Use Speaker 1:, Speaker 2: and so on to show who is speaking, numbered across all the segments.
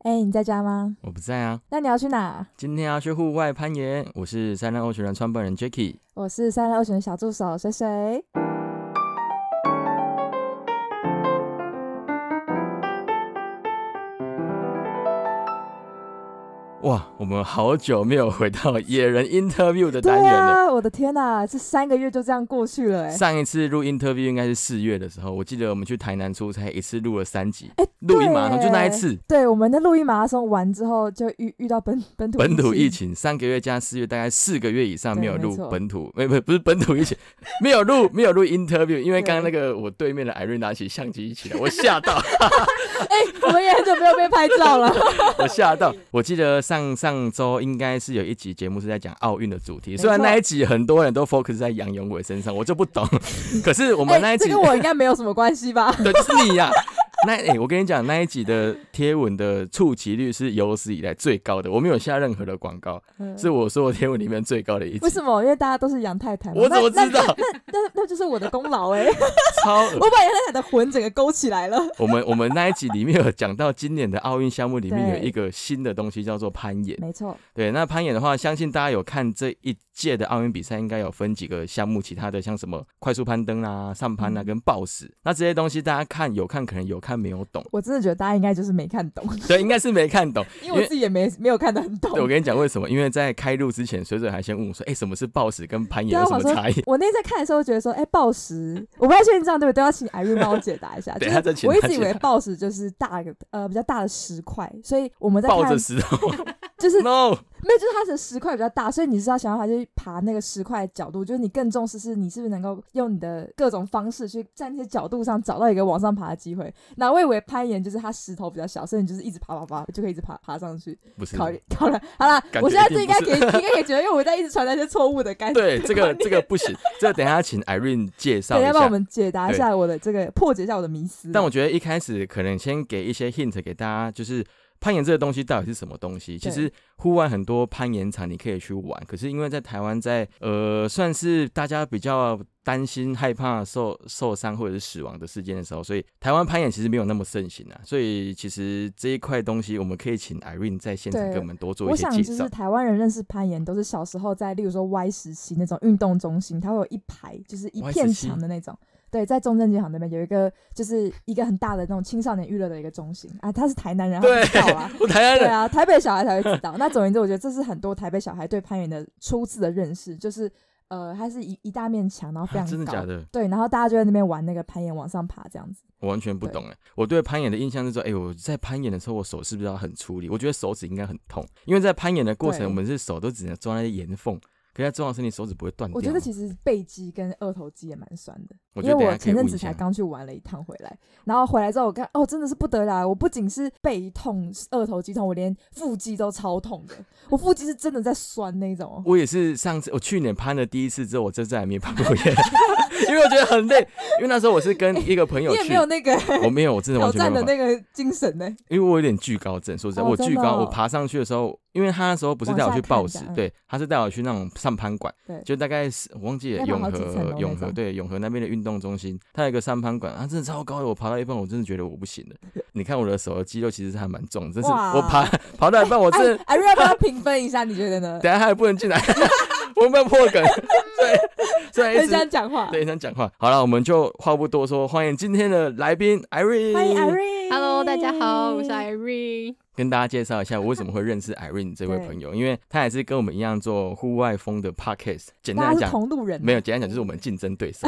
Speaker 1: 哎、你在家吗？
Speaker 2: 我不在啊，
Speaker 1: 那你要去哪？
Speaker 2: 今天要去户外攀岩。我是三浪欧学人创办人 Jacky。
Speaker 1: 我是三六二选的小助手水水。
Speaker 2: 哇，我们好久没有回到野人 interview 的单
Speaker 1: 对
Speaker 2: 元了。
Speaker 1: 啊，我的天哪、这三个月就这样过去了、哎，
Speaker 2: 上一次录 interview 应该是四月的时候，我记得我们去台南出差，一次录了三集，
Speaker 1: 哎、
Speaker 2: 录
Speaker 1: 对
Speaker 2: 音马拉松就那一
Speaker 1: 耶。
Speaker 2: 次。
Speaker 1: 对，我们的录音马拉松完之后，就遇遇到本本土
Speaker 2: 本土疫
Speaker 1: 情。
Speaker 2: 情三个月加四月，大概四个月以上
Speaker 1: 对
Speaker 2: 没有
Speaker 1: 没错
Speaker 2: 录本土，没不不是本土 疫情，没有录没有录 interview，因为刚刚那
Speaker 1: 对
Speaker 2: 个我对面的艾瑞拿起相机一起来，我吓到，
Speaker 1: 哎、我们也很久没有被拍照了。
Speaker 2: 我吓到。我记得上上周应该是有一集节目是在讲奥运的主题，
Speaker 1: 错
Speaker 2: 虽然那一集很多人都 focus 在杨永伟身上，我就不 懂，可是 我们那一
Speaker 1: 哎
Speaker 2: 集、
Speaker 1: 这跟我应该没有什么关系吧？
Speaker 2: 对就是你呀、那哎、我跟你讲，那一集的贴文的触及率是有史以来最高的，我没有下任何的广告，
Speaker 1: 嗯
Speaker 2: 是我说的贴文里面最高的一集。
Speaker 1: 为什么？因为大家都是杨太太嘛。
Speaker 2: 我怎么知道？
Speaker 1: 那那那那就是我的功劳哎、
Speaker 2: 超恶
Speaker 1: 我把杨太太的魂整个勾起来了。
Speaker 2: 我们我们那一集里面有讲到，今年的奥运项目里面有
Speaker 1: 对
Speaker 2: 一个新的东西叫做攀岩。
Speaker 1: 没错，
Speaker 2: 对，那攀岩的话，相信大家有看这一届的奥运比赛，应该有分几个项目，其他的像什么快速攀登啊、上攀啊、
Speaker 1: 嗯
Speaker 2: 跟抱石，那这些东西大家看有看，可能有看没有懂，
Speaker 1: 我真的觉得大家应该就是没看懂，
Speaker 2: 对，应该是没看懂。
Speaker 1: 因为我自己也没没有看得很懂
Speaker 2: 对，。我跟你讲为什么？因为在开录之前，水水还先问我说：“哎、什么是抱石跟攀岩
Speaker 1: 对啊
Speaker 2: 有什
Speaker 1: 我说
Speaker 2: 么差异
Speaker 1: 我那天在看的时候觉得说，哎、暴食，我不太确定这样对不对，都要请艾瑞帮我解 答一下。
Speaker 2: 对
Speaker 1: 就
Speaker 2: 他在
Speaker 1: 是
Speaker 2: 请
Speaker 1: 我一
Speaker 2: 他
Speaker 1: 直以
Speaker 2: 解
Speaker 1: 为
Speaker 2: 答
Speaker 1: 暴食就是大个呃比较大的石块，所以我们？”在
Speaker 2: 抱
Speaker 1: 看
Speaker 2: 着石头
Speaker 1: 就是没
Speaker 2: ，no，
Speaker 1: 有就是它的石块比较大，所以你是要想办法去爬那个石块的角度，就是你更重视是你是不是能够用你的各种方式去在那些角度上找到一个往上爬的机会。那我以为攀岩就是它石头比较小，所以你就是一直爬爬爬就可以一直爬爬上去。
Speaker 2: 不是。
Speaker 1: 考虑 好了好了，
Speaker 2: 感
Speaker 1: 我
Speaker 2: 觉
Speaker 1: 现在
Speaker 2: 一定
Speaker 1: 这应
Speaker 2: 不
Speaker 1: 该
Speaker 2: 是
Speaker 1: 给应该给觉得，因为我在一直传达一些错误的概念。
Speaker 2: 对，这个
Speaker 1: 观念
Speaker 2: 这个不行，这个等一下请 Irene 介绍
Speaker 1: 大
Speaker 2: 一
Speaker 1: 家
Speaker 2: 下。
Speaker 1: 帮我们解答一下我的这个破解一下我的迷思。啊
Speaker 2: 但我觉得一开始可能先给一些 hint 给大家，就是攀岩这个东西到底是什么东西。其
Speaker 1: 对
Speaker 2: 实户外很多攀岩场你可以去玩，可是因为在台湾在呃算是大家比较担心害怕受受伤或者是死亡的事件的时候，所以台湾攀岩其实没有那么盛行啊。所以其实这一块东西我们可以请 Irene 在现场
Speaker 1: 对
Speaker 2: 给我们多做
Speaker 1: 我
Speaker 2: 一些
Speaker 1: 想
Speaker 2: 介
Speaker 1: 就是
Speaker 2: 绍。
Speaker 1: 台湾人认识攀岩都是小时候在，例如说 Y 时期那种运动中心，它会有一排就是一
Speaker 2: Y
Speaker 1: 片
Speaker 2: 时期
Speaker 1: 长的那种。对，在中正街行那边有一个就是一个很大的那种青少年娱乐的一个中心啊，他是台南人，他
Speaker 2: 对
Speaker 1: 不知道啊。
Speaker 2: 我台湾
Speaker 1: 对
Speaker 2: 人
Speaker 1: 啊，台北小孩才会知道。那总而言之，我觉得这是很多台北小孩对攀岩的初次的认识，就是呃，它是一一大面墙，然后非
Speaker 2: 啊
Speaker 1: 常高，
Speaker 2: 真的假的？
Speaker 1: 对，然后大家就在那边玩那个攀岩往上爬这样子。
Speaker 2: 我完全不
Speaker 1: 对
Speaker 2: 懂哎，我对攀岩的印象是说，哎、我在攀岩的时候，我手是不是要很粗力？我觉得手指应该很痛，因为在攀岩的过程，
Speaker 1: 对
Speaker 2: 我们是手都只能抓那些岩缝，可是在重要的时候你手指不会断掉。
Speaker 1: 我觉得其实背肌跟二头肌也蛮酸的，
Speaker 2: 我觉
Speaker 1: 因为
Speaker 2: 得等
Speaker 1: 我
Speaker 2: 下可以
Speaker 1: 前阵
Speaker 2: 问
Speaker 1: 子
Speaker 2: 一
Speaker 1: 才
Speaker 2: 下，
Speaker 1: 刚去玩了一趟回来，然后回来之后我看，哦，真的是不得了！我不仅是背痛、二头肌痛，我连腹肌都超痛的，我腹肌是真的在酸那种哦。
Speaker 2: 我也是上次我去年攀了第一次之后，我这次还没攀过岩， 因为我觉得很累。因为那时候我是跟一个朋友
Speaker 1: 你也
Speaker 2: 去
Speaker 1: 没，有那个
Speaker 2: 我没有，我真的
Speaker 1: 挑
Speaker 2: 完全没
Speaker 1: 战
Speaker 2: 有
Speaker 1: 的
Speaker 2: 办法，
Speaker 1: 那个精神呢、
Speaker 2: 因为我有点惧高症。说实在，
Speaker 1: 哦
Speaker 2: 我
Speaker 1: 真
Speaker 2: 惧
Speaker 1: 的
Speaker 2: 高，我
Speaker 1: 哦
Speaker 2: 爬上去的时候，因为他那时候不是
Speaker 1: 往
Speaker 2: 带我
Speaker 1: 下
Speaker 2: 去
Speaker 1: 看
Speaker 2: 抱
Speaker 1: 的
Speaker 2: 石，
Speaker 1: 嗯
Speaker 2: 对，他是带我去那种上攀馆。
Speaker 1: 对，
Speaker 2: 就大概是我忘记了
Speaker 1: 要爬好
Speaker 2: 永
Speaker 1: 几层
Speaker 2: 和
Speaker 1: 楼
Speaker 2: 永
Speaker 1: 那
Speaker 2: 和
Speaker 1: 种
Speaker 2: 对永和那边的运动中心，它有一个三攀馆，啊，真的超高的，我爬到一半，我真的觉得我不行 了。你看我的手的肌肉其实还蛮重，真是
Speaker 1: 哇
Speaker 2: 我爬爬到一半，我真的
Speaker 1: 哎，艾瑞要不要评分一下？你觉得呢？
Speaker 2: 等一下还不能进来，我有没有破梗？对，虽然一
Speaker 1: 很
Speaker 2: 直
Speaker 1: 想讲话。
Speaker 2: 对想讲话，好了，我们就话不多说，欢迎今天的来宾艾瑞，
Speaker 1: 欢迎艾瑞。
Speaker 3: Hello，大家好，我是 Irene。
Speaker 2: 跟大家介绍一下我为什么会认识 Irene 这位
Speaker 1: 对
Speaker 2: 朋友，因为他也是跟我们一样做户外风的 podcast，简单
Speaker 1: 大家
Speaker 2: 来
Speaker 1: 是
Speaker 2: 讲。
Speaker 1: 同路人，
Speaker 2: 没有，简单讲就是我们竞争对 手，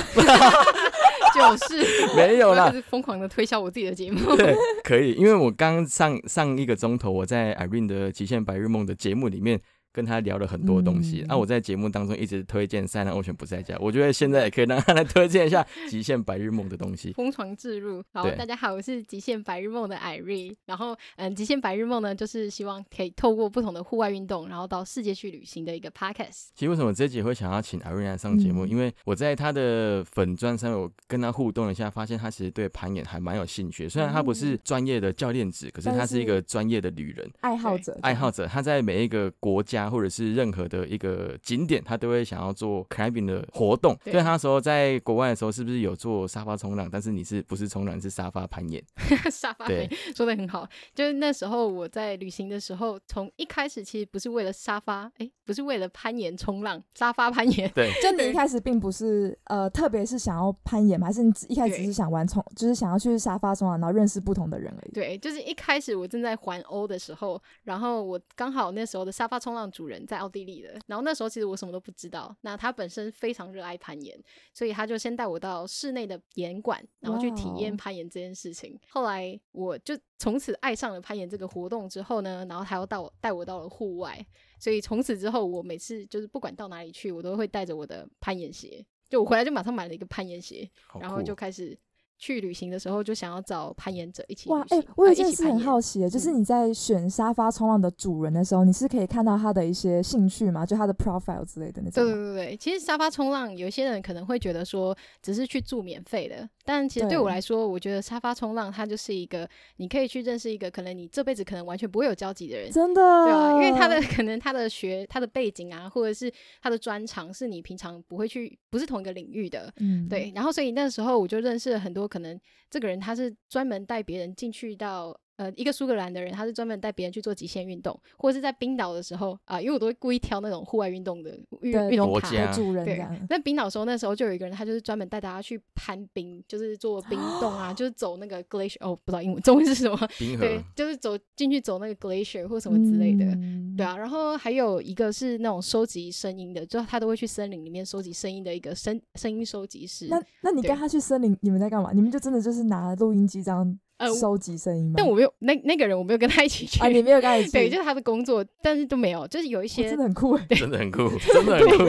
Speaker 3: 就是
Speaker 2: 没有
Speaker 3: 我
Speaker 2: 啦
Speaker 3: 一，直疯狂的推销我自己 的节目。
Speaker 2: 对，可以，因为我刚上上一个钟头，我在 Irene 的《极限白日梦》的节目里面跟他聊了很多东西。啊
Speaker 1: 嗯
Speaker 2: 那、我在节目当中一直推荐《三郎欧选不在家》，我觉得现在也可以让他来推荐一下《极限白日梦》的东西。
Speaker 3: 疯狂置入，好，
Speaker 2: 对
Speaker 3: 大家好，我是极限白日梦的 Irene。然后，嗯，极限白日梦呢，就是希望可以透过不同的户外运动，然后到世界去旅行的一个 podcast。
Speaker 2: 其实为什么这集会想要请 Irene 来上节目？
Speaker 1: 嗯
Speaker 2: 因为我在他的粉砖上面，我跟他互动了一下，发现他其实对攀岩还蛮有兴趣的。虽然他不是专业的教练职，可是
Speaker 1: 但
Speaker 2: 他是一
Speaker 1: 是
Speaker 2: 个专业的旅人。
Speaker 1: 爱好者，
Speaker 2: 爱好者，他在每一个国家啊，或者是任何的一个景点，他都会想要做 climbing 的活动。
Speaker 3: 对
Speaker 2: 所以他那时候在国外的时候，是不是有做沙发冲浪？但是你是不是冲浪是沙发攀岩？
Speaker 3: 沙发
Speaker 2: 对
Speaker 3: 妹说的很好，就是那时候我在旅行的时候，从一开始其实不是为了沙发，哎，不是为了攀岩冲浪，沙发攀岩，
Speaker 2: 对，
Speaker 1: 就你一开始并不是呃，特别是想要攀岩嘛，还是你只一开始只是
Speaker 3: 对
Speaker 1: 想玩冲，就是想要去沙发冲浪，然后认识不同的人而已。
Speaker 3: 对，就是一开始我正在环欧的时候，然后我刚好那时候的沙发冲浪主人在奥地利的，然后那时候其实我什么都不知道。那他本身非常热爱攀岩，所以他就先带我到室内的岩馆，然后去体
Speaker 1: 哇
Speaker 3: 验
Speaker 1: 哦
Speaker 3: 攀岩这件事情。后来我就从此爱上了攀岩这个活动之后呢，然后他又带我带我到了户外，所以从此之后我每次就是不管到哪里去，我都会带着我的攀岩鞋。就我回来就马上买了一个攀岩鞋，
Speaker 2: 好
Speaker 3: 然
Speaker 2: 酷
Speaker 3: 后
Speaker 2: 哦
Speaker 3: 就开始去旅行的时候，就想要找攀岩者一起
Speaker 1: 哇，
Speaker 3: 旅
Speaker 1: 哎、
Speaker 3: 行
Speaker 1: 我
Speaker 3: 呃
Speaker 1: 有
Speaker 3: 一
Speaker 1: 一件
Speaker 3: 起
Speaker 1: 事
Speaker 3: 攀
Speaker 1: 很
Speaker 3: 岩
Speaker 1: 好奇耶，就是
Speaker 3: 嗯
Speaker 1: 你在选沙发冲浪的主人的时候，你是可以看到他的一些兴趣吗？就他的 profile 之类的那
Speaker 3: 对
Speaker 1: 种
Speaker 3: 对
Speaker 1: 吗。
Speaker 3: 对对，其实沙发冲浪，有些人可能会觉得说只是去住免费的，但其实对
Speaker 1: 对
Speaker 3: 我来说，我觉得沙发冲浪它就是一个你可以去认识一个可能你这辈子可能完全不会有交集的人，
Speaker 1: 真的，
Speaker 3: 对啊，因为他的可能他的学他的背景啊，或者是他的专长是你平常不会去，不是同一个领域的，
Speaker 1: 嗯，
Speaker 3: 对，然后所以那时候我就认识了很多可能这个人他是专门带别人进去到呃一个苏格兰的人，他是专门带别人去做极限运动，或者是在冰岛的时候啊、因为我都会故意挑那种户外运动的运
Speaker 1: 对
Speaker 3: 运动
Speaker 2: 国
Speaker 3: 卡。
Speaker 2: 家
Speaker 1: 的主人这
Speaker 3: 对
Speaker 1: 样，，
Speaker 3: 那冰岛的时候，那时候就有一个人，他就是专门带大家去攀冰，就是做冰洞啊，就是走那个 glacier，哦，不知道英文中文是 什么，
Speaker 2: 冰河
Speaker 3: 对，就是走进去走那个 glacier 或什么之类的，
Speaker 1: 嗯
Speaker 3: 对啊，然后还有一个是那种收集声音的，就他都会去森林里面收集声音的一个声声音收集师。
Speaker 1: 那那你
Speaker 3: 对
Speaker 1: 跟他去森林，你们在干嘛？你们就真的就是拿录音机这样
Speaker 3: 呃，我
Speaker 1: 收集声音吗？
Speaker 3: 但我没有那那个人，我没有跟他一起去。
Speaker 1: 嗯啊，你没有跟他一起，
Speaker 3: 对，就是他的工作，但是都没有，就是有一
Speaker 1: 哇
Speaker 3: 些
Speaker 1: 真的很酷耶。
Speaker 2: 真的很酷，真的很酷，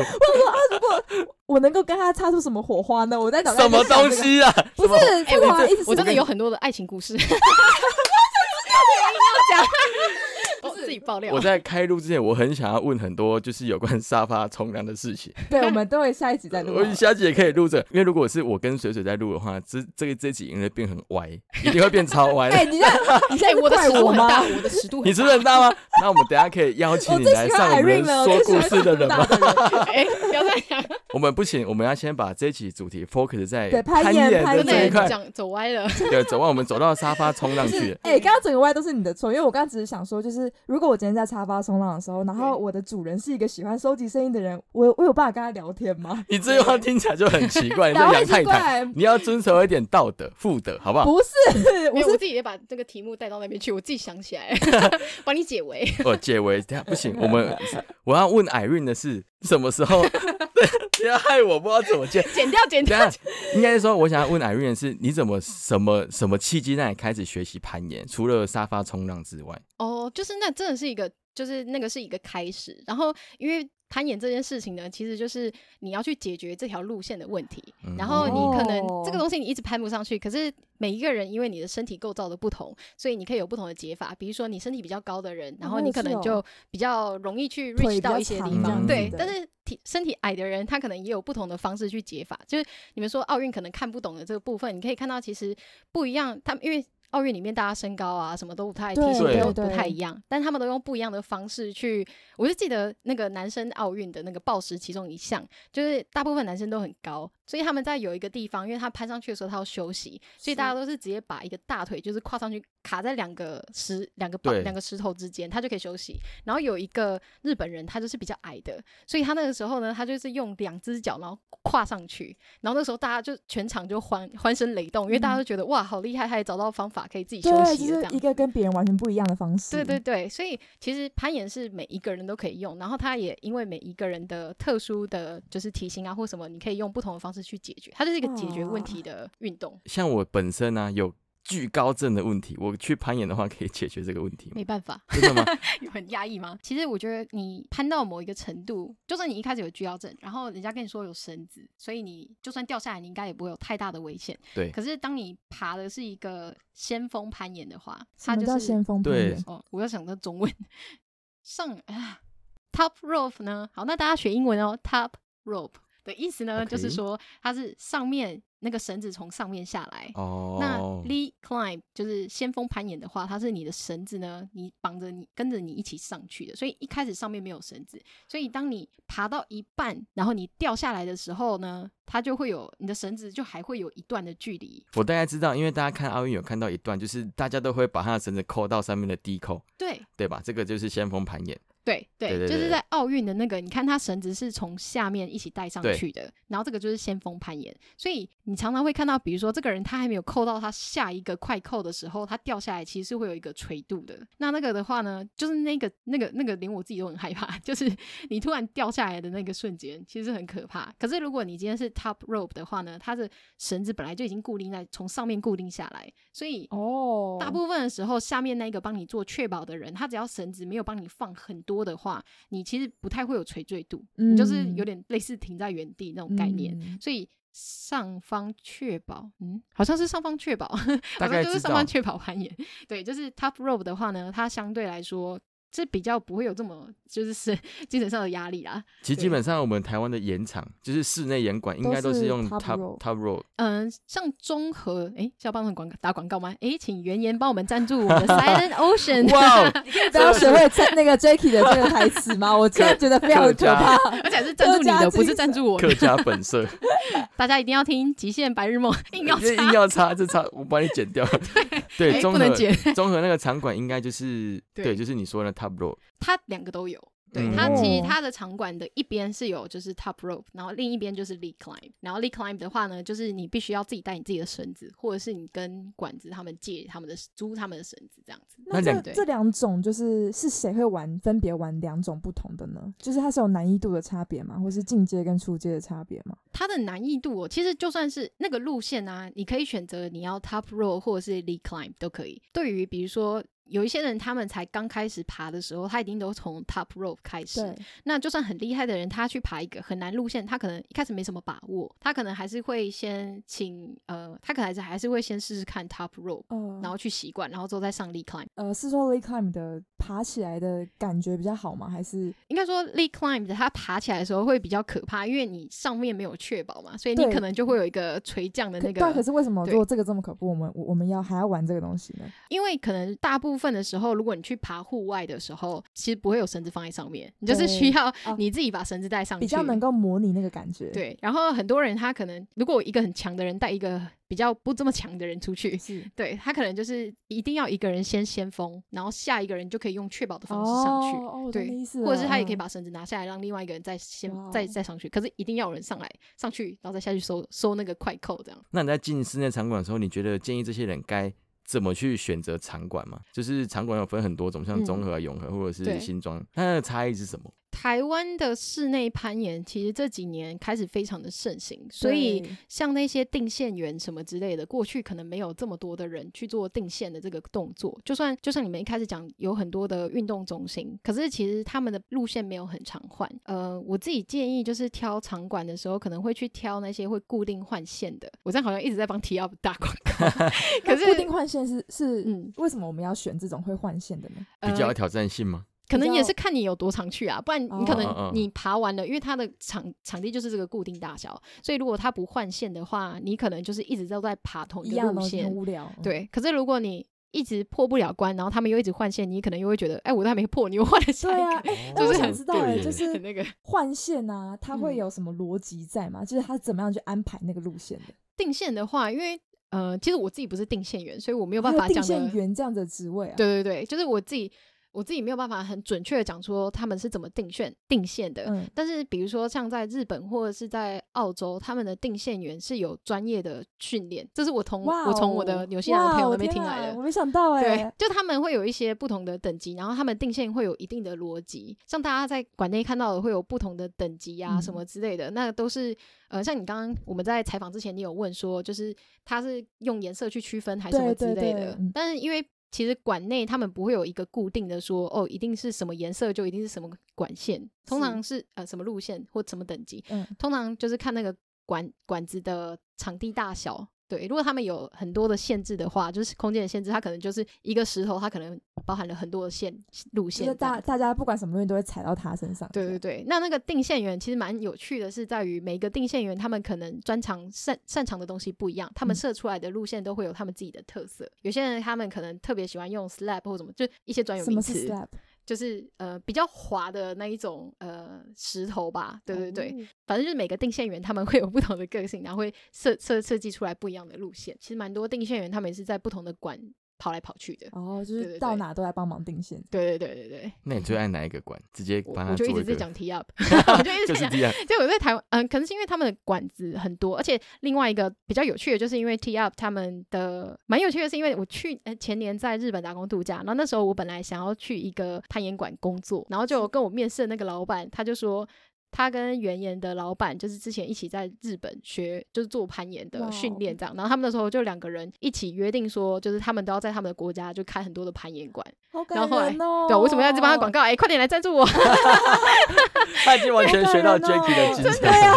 Speaker 1: 我能够跟他擦出什么火花呢？我在脑袋
Speaker 2: 什
Speaker 1: 里
Speaker 2: 么
Speaker 1: 想
Speaker 2: 东
Speaker 1: 这个？
Speaker 2: 西啊？
Speaker 1: 不是，
Speaker 3: 哎、
Speaker 1: 这个
Speaker 3: 我
Speaker 1: 好像一直
Speaker 3: 我真的
Speaker 1: 是
Speaker 3: 有很多的爱情故事。 我真的 要讲，我自己爆料
Speaker 2: 我。在开录之前，我很想要问很多就是有关沙发冲浪的事情。
Speaker 1: 对，我们都会下一集再录好
Speaker 2: 我
Speaker 1: 了。
Speaker 2: 下集也可以录这个，因为如果是我跟水水在录的话，这这个这集应该变很歪，一定会变超歪
Speaker 1: 哎，
Speaker 2: 的。
Speaker 1: 你在你
Speaker 3: 哎、
Speaker 1: 现在是
Speaker 3: 我的
Speaker 1: 怪
Speaker 3: 尺度
Speaker 1: 我
Speaker 3: 很
Speaker 1: 吗？
Speaker 3: 大，我的尺度
Speaker 2: 你
Speaker 3: 很
Speaker 2: 尺度很大吗？那我们等一下可以邀 请
Speaker 1: 我
Speaker 2: 你
Speaker 1: 最
Speaker 2: 来
Speaker 1: 喜欢
Speaker 2: 上我
Speaker 1: Irene
Speaker 2: 们
Speaker 1: 了，
Speaker 2: 说
Speaker 1: 我最
Speaker 2: 故
Speaker 1: 喜欢
Speaker 2: 事的 人
Speaker 1: 大
Speaker 2: 吗？
Speaker 1: 的人。
Speaker 3: 大。 哎、不要再讲，
Speaker 2: 我们不行，我们要先把这一集主题 focus 在
Speaker 1: 对攀
Speaker 2: 攀
Speaker 1: 岩攀
Speaker 2: 的
Speaker 1: 岩
Speaker 2: 这一
Speaker 3: 真的
Speaker 2: 块。
Speaker 3: 讲走歪了。
Speaker 2: 对，走完我们走到沙发冲浪去了。
Speaker 1: 哎、刚刚整个歪都是你的错，因为我刚刚只是想说，就是如果我今天在沙发冲浪的时候，然后
Speaker 3: 对
Speaker 1: 我的主人是一个喜欢收集声音的人，我我有办法跟他聊天吗？
Speaker 2: 你这句话听起来就很奇 怪，你
Speaker 1: 哪
Speaker 2: 在
Speaker 1: 会
Speaker 2: 杨太
Speaker 1: 奇
Speaker 2: 哎太
Speaker 1: 怪，
Speaker 2: 你要遵守一点道德、妇德，好不 好？
Speaker 1: 不 是，我
Speaker 3: 没有，我
Speaker 1: 是
Speaker 3: 自己也把这个题目带到那边去，我自己想起来， 帮你解围。
Speaker 2: 我哦解围，等一下不行，我们我要问 Irene 的是什么时 候？不要害我不知道怎么接。
Speaker 3: 剪掉，剪
Speaker 2: 等
Speaker 3: 掉
Speaker 2: 一。下，应该是说，我想要问 Irene 的是，你怎么什么什么契机让你开始学习攀岩？除了沙发冲浪之外，
Speaker 3: 哦，就是那真的是一个，就是那个是一个开始。然后因为攀岩这件事情呢，其实就是你要去解决这条路线的问题。
Speaker 2: 嗯
Speaker 3: 然后你可能这个
Speaker 1: 哦
Speaker 3: 东西你一直攀不上去，可是每一个人因为你的身体构造的不同，所以你可以有不同的解法。比如说你身体比较高的人，然后
Speaker 1: 哦
Speaker 3: 你可
Speaker 1: 是
Speaker 3: 能
Speaker 1: 哦
Speaker 3: 就比较容易去
Speaker 1: 腿
Speaker 3: reach
Speaker 1: 比
Speaker 3: 到
Speaker 1: 较
Speaker 3: 一些地
Speaker 1: 长
Speaker 2: 这样
Speaker 3: 方，
Speaker 2: 子
Speaker 3: 对。
Speaker 1: 的
Speaker 3: 但是体身体矮的人，他可能也有不同的方式去解法。就是你们说奥运可能看不懂的这个部分，你可以看到其实不一样，他们因为。奥运里面大家身高啊什么都不太，体
Speaker 1: 对
Speaker 3: 型
Speaker 2: 对
Speaker 3: 都不
Speaker 1: 对
Speaker 3: 太一样，但他们都用不一样的方式去。我就记得那个男生奥运的那个暴食其中一项，就是大部分男生都很高，所以他们在有一个地方，因为他攀上去的时候他要休息，所以
Speaker 1: 是
Speaker 3: 大家都是直接把一个大腿就是跨上去卡在两个石两个棒
Speaker 2: 对
Speaker 3: 两个石头之间，他就可以休息。然后有一个日本人，他就是比较矮的，所以他那个时候呢，他就是用两只脚然后跨上去，然后那时候大家就全场就欢欢声雷动，因为大家都觉得、哇好厉害，他也找到方法可以自己休
Speaker 1: 嗯对，就
Speaker 3: 息了这
Speaker 1: 是
Speaker 3: 样
Speaker 1: 一
Speaker 3: 子。
Speaker 1: 个跟别人完全不一样的方式。
Speaker 3: 对对对，所以其实攀岩是每一个人都可以用，然后它也因为每一个人的特殊的就是体型啊或什么，你可以用不同的方式去解决，它就是一个解决
Speaker 1: 哦
Speaker 3: 问题的运动。
Speaker 2: 像我本身呢、有惧高症的问题，我去攀岩的话可以解决这个问题吗？
Speaker 3: 没办法，
Speaker 2: 真的吗？
Speaker 3: 有很压抑吗？其实我觉得你攀到某一个程度，就算你一开始有惧高症，然后人家跟你说有绳子，所以你就算掉下来，你应该也不会有太大的危险。
Speaker 2: 对
Speaker 3: 可是当你爬的是一个先锋攀岩的话，
Speaker 1: 什
Speaker 3: 它
Speaker 1: 么
Speaker 3: 就
Speaker 1: 叫
Speaker 3: 是
Speaker 1: 先锋攀
Speaker 2: 对
Speaker 1: 岩？
Speaker 3: 哦，我要想到中文上啊，top rope 呢？好，那大家学英文哦，top rope 的意思呢就是
Speaker 2: OK
Speaker 3: 说它是上面那个绳子从上面下来。 那
Speaker 2: 哦，
Speaker 3: lead climb 就是先锋攀岩的话，它是你的绳子呢，你绑着你跟着你一起上去的，所以一开始上面没有绳子，所以当你爬到一半，然后你掉下来的时候呢，它就会有你的绳子就还会有一段的距离。
Speaker 2: 我大概知道，因为大家看奥运有看到一段，就是大家都会把他的绳子扣到上面的低扣，
Speaker 3: 对
Speaker 2: 对吧？这个就是先锋攀岩。
Speaker 3: 对对，
Speaker 2: 对对
Speaker 3: 就是
Speaker 2: 对
Speaker 3: 在奥运的那个，你看它绳子是从下面一起带上
Speaker 2: 对
Speaker 3: 去的，然后这个就是先锋攀岩，所以你常常会看到，比如说这个人他还没有扣到他下一个快扣的时候，他掉下来其实是会有一个垂度的。那那个的话呢，就是那个那个那个，连我自己都很害怕， 就是你突然掉下来的那个瞬间，其实很可怕。可是如果你今天是 top rope 的话呢，它的绳子本来就已经固定在从上面固定下来，所以
Speaker 1: 哦，
Speaker 3: 大部分的时候，下面那个帮你做确保的人，他只要绳子没有帮你放很多的话，你其实不太会有垂坠度，你就是
Speaker 2: 嗯
Speaker 3: 有点类似停在原地那种概念。
Speaker 1: 嗯
Speaker 3: 所以上方确保，嗯，好像是上方确保， 好
Speaker 2: 大概
Speaker 3: 像就是
Speaker 2: 知
Speaker 3: 上
Speaker 2: 道
Speaker 3: 方，确保攀岩。对，就是 top rope 的话呢，它相对来说是比较不会有这么就是是 精神上的压力啦。
Speaker 2: 其实基本上我们台湾的岩场，就是室内岩馆，应该都
Speaker 1: 都是
Speaker 2: 是用
Speaker 1: top
Speaker 2: top
Speaker 1: rope
Speaker 2: top roll。
Speaker 3: 嗯，像综合，哎，是要帮他们广打广告吗？哎，请原岩帮我们赞助我们的 Silent Ocean。
Speaker 2: 哇哦，
Speaker 1: 大家学会在那个 Jacky 的这个台词吗？我真的觉得非常可怕。
Speaker 3: 而且还是赞助你的，不是赞助我的。
Speaker 2: 客家本色，
Speaker 3: 大家一定要听《极限白日梦》， 硬要
Speaker 2: 这硬
Speaker 3: 插，
Speaker 2: 要插，这插我帮你剪 掉。 对，
Speaker 3: 哎
Speaker 2: 综
Speaker 3: 不能剪。
Speaker 2: 合综合那个场馆应该就是
Speaker 3: 对
Speaker 2: 对，就是你说的 top roll。
Speaker 3: 它两个都有。对
Speaker 2: 嗯
Speaker 3: 它其实
Speaker 1: 哦
Speaker 3: 它的场馆的一边是有就是 top rope，然后另一边就是 lead climb，然后 lead climb 的话呢，就是你必须要自己带你自己的绳子，或者是你跟管子他们借他们的租他们的绳子这样子。
Speaker 1: 那
Speaker 2: 那
Speaker 1: 这
Speaker 2: 两
Speaker 3: 对
Speaker 1: 这两种就是是谁会玩分别玩两种不同的呢？就是它是有难易度的差别吗？或是进阶跟初阶的差别吗？
Speaker 3: 它的难易度哦，其实就算是那个路线啊，你可以选择你要 top roll 或者是 lead climb 都可以。对于比如说有一些人他们才刚开始爬的时候，他一定都从 top roll 开始，
Speaker 1: 对，
Speaker 3: 那就算很厉害的人，他去爬一个很难路线，他可能一开始没什么把握，他可能还是会先请呃，他可能还是还是会先试试看 top rope，
Speaker 1: 呃，
Speaker 3: 然后去习惯，然后之后再上 lead climb。
Speaker 1: 呃，是说 Lee Climb 的爬起来的感觉比较好吗？还是
Speaker 3: 应该说 lead climb 的它爬起来的时候会比较可怕，因为你上面没有确保嘛，所以你
Speaker 1: 对
Speaker 3: 可能就会有一个垂降的
Speaker 1: 可
Speaker 3: 那
Speaker 1: 对啊，可
Speaker 3: 个，
Speaker 1: 是为什么
Speaker 3: 对
Speaker 1: 如果这个这么可怖，我们我我们要还要玩这个东西呢？
Speaker 3: 因为可能大部分的时候，如果你去爬户外的时候，其实不会有绳子放在上面，你就
Speaker 1: 对
Speaker 3: 是需要
Speaker 1: 啊
Speaker 3: 你自己把绳子带上去，
Speaker 1: 比较能够模拟那个感觉，，
Speaker 3: 对，然后很多人他可能如果一个很强的人带一个比较不这么强的人出去，
Speaker 1: 是
Speaker 3: 对他可能就是一定要一个人先先锋，然后下一个人就可以用确保的方式上去，
Speaker 1: 哦，我懂你
Speaker 3: 对
Speaker 1: 意思了
Speaker 3: 或者是他也可以
Speaker 1: 嗯
Speaker 3: 把绳子拿下来，让另外一个人再先
Speaker 1: 哇
Speaker 3: 再
Speaker 1: 哦
Speaker 3: 再上去，可是一定要有人上来上去，然后再下去收收那个快扣这样。
Speaker 2: 那你在进室内场馆的时候，你觉得建议这些人该怎么去选择场馆吗？就是场馆有分很多种，像
Speaker 3: 嗯
Speaker 2: 综合、啊、永和或者
Speaker 3: 对
Speaker 2: 是新庄，它的差异是什么？
Speaker 3: 台湾的室内攀岩其实这几年开始非常的盛行，所以
Speaker 1: 对
Speaker 3: 像那些定线员什么之类的，过去可能没有这么多的人去做定线的这个动作。就算就像你们一开始讲，有很多的运动中心，可是其实他们的路线没有很常换。呃，我自己建议就是挑场馆的时候，可能会去挑那些会固定换线的。我这样好像一直在帮 T up 打广告， 可
Speaker 1: 那
Speaker 3: 是
Speaker 1: 固定换线是是
Speaker 3: 嗯
Speaker 1: 为什么我们要选这种会换线的呢？
Speaker 2: 比较有
Speaker 3: 呃
Speaker 2: 挑战性 吗？
Speaker 3: 可能
Speaker 1: 比
Speaker 3: 也
Speaker 1: 较嗯
Speaker 3: 是看你有多常去啊，不然你可
Speaker 2: 哦哦
Speaker 3: 能
Speaker 2: 哦
Speaker 3: 你爬完了，因为它的场场地就是这个固定大小，所以如果它不换线的话，你可能就是一直都在爬同
Speaker 1: 一
Speaker 3: 一
Speaker 1: 样
Speaker 3: 个
Speaker 1: 的
Speaker 3: 路
Speaker 1: 东西很
Speaker 3: 线。
Speaker 1: 无聊，嗯，
Speaker 3: 对，可是如果你一直破不了关，然后他们又一直换线，你可能又会觉得，哎，我都还没破，你又换了下
Speaker 1: 对
Speaker 3: 一
Speaker 1: 啊，
Speaker 3: 个，
Speaker 1: 哎、
Speaker 3: 欸就
Speaker 1: 那我
Speaker 3: 是
Speaker 1: 想
Speaker 3: 很
Speaker 1: 知道、哎，
Speaker 2: 哦
Speaker 1: 就
Speaker 2: 对
Speaker 3: 很
Speaker 1: 是
Speaker 3: 那个
Speaker 1: 换线啊，它
Speaker 3: 嗯
Speaker 1: 会有什么逻辑在吗？就是它怎么样去安排那个路线的？
Speaker 3: 定线的话，因为呃，其实我自己不是定线员，所以我没有
Speaker 1: 还
Speaker 3: 办法
Speaker 1: 定
Speaker 3: 讲
Speaker 1: 线
Speaker 3: 的
Speaker 1: 员这样的职位啊，，
Speaker 3: 对对对，就是我自己，我自己没有办法很准确的讲说他们是怎么定线定线的。
Speaker 1: 嗯
Speaker 3: 但是比如说像在日本或者是在澳洲，他们的定线员是有专业的训练，这是我从
Speaker 1: 哇哦、
Speaker 3: 我从我的纽西兰的朋友那边
Speaker 1: 哇
Speaker 3: 听
Speaker 1: 天啊
Speaker 3: 来的。
Speaker 1: 我没想到哎、
Speaker 3: 对，就他们会有一些不同的等级，然后他们定线会有一定的逻辑，像大家在馆内看到的会有不同的等级啊、
Speaker 1: 嗯
Speaker 3: 什么之类的，那都是呃，像你刚刚我们在采访之前，你有问说，就是它是用颜色去区分还是什么之
Speaker 1: 对对
Speaker 3: 类的，
Speaker 1: 对嗯
Speaker 3: 但是因为。其实馆内他们不会有一个固定的说哦，一定是什么颜色就一定是什么管线，通常是呃什么 路线或什么等级，
Speaker 1: 嗯
Speaker 3: 通常就是看那个管管子的场地大小，对，如果他们有很多的限制的话，就是空间的限制，它可能就是一个石头，它可能包含了很多的线路
Speaker 1: 就
Speaker 3: 线
Speaker 1: 是
Speaker 3: 这样
Speaker 1: 大大家不管什么东西都会踩到他身上。
Speaker 3: 对对对，那那个定线员其实蛮有趣的，是在于每一个定线员他们可能专长擅擅长的东西不一样，他们
Speaker 1: 嗯
Speaker 3: 设出来的路线都会有他们自己的特色。有些人他们可能特别喜欢用 slab 或什么，就一些专有
Speaker 1: 什
Speaker 3: 名
Speaker 1: 么是
Speaker 3: 词，
Speaker 1: slap？
Speaker 3: 就是呃比较滑的那一种呃石头吧。
Speaker 1: 哦
Speaker 3: 对对对，反正就是每个定线员他们会有不同的个性，然后会设设设计出来不一样的路线。其实蛮多定线员他们也是在不同的馆跑来跑去的。
Speaker 1: 哦，哦，就
Speaker 3: 对对
Speaker 1: 是
Speaker 3: 对
Speaker 1: 到哪都来帮忙定线。
Speaker 3: 对对对对对，
Speaker 2: 那你最爱哪一个馆？直接
Speaker 3: 我
Speaker 2: 帮
Speaker 3: 我
Speaker 2: 他
Speaker 3: 就
Speaker 2: 做
Speaker 3: 一直
Speaker 2: 一
Speaker 3: 在
Speaker 2: 个，
Speaker 3: 讲 T up，我就一直
Speaker 2: 就
Speaker 3: 在
Speaker 2: 是
Speaker 3: 讲
Speaker 2: 这样。
Speaker 3: 对，我在台湾，嗯，可能是因为他们的馆子很多，而且另外一个比较有趣的，就是因为 T Up 他们的蛮有趣的，是因为我去呃前年在日本打工度假，然后那时候我本来想要去一个攀岩馆工作，然后就跟我面试的那个老板，他就说。他跟原研的老板就是之前一起在日本学，就是做攀岩的
Speaker 1: 哇
Speaker 3: 训练这样。然后他们那时候就两个人一起约定说，就是他们都要在他们的国家就开很多的攀岩馆。
Speaker 1: 好
Speaker 3: 然
Speaker 1: 感
Speaker 3: 后后来
Speaker 1: 人哦！
Speaker 3: 对，我为什么要一直帮他广
Speaker 1: 告？
Speaker 3: 告？哎、快点来赞助我！
Speaker 2: 他已经完全学到 Jacky 的精
Speaker 1: 对
Speaker 2: 神。
Speaker 1: 呀，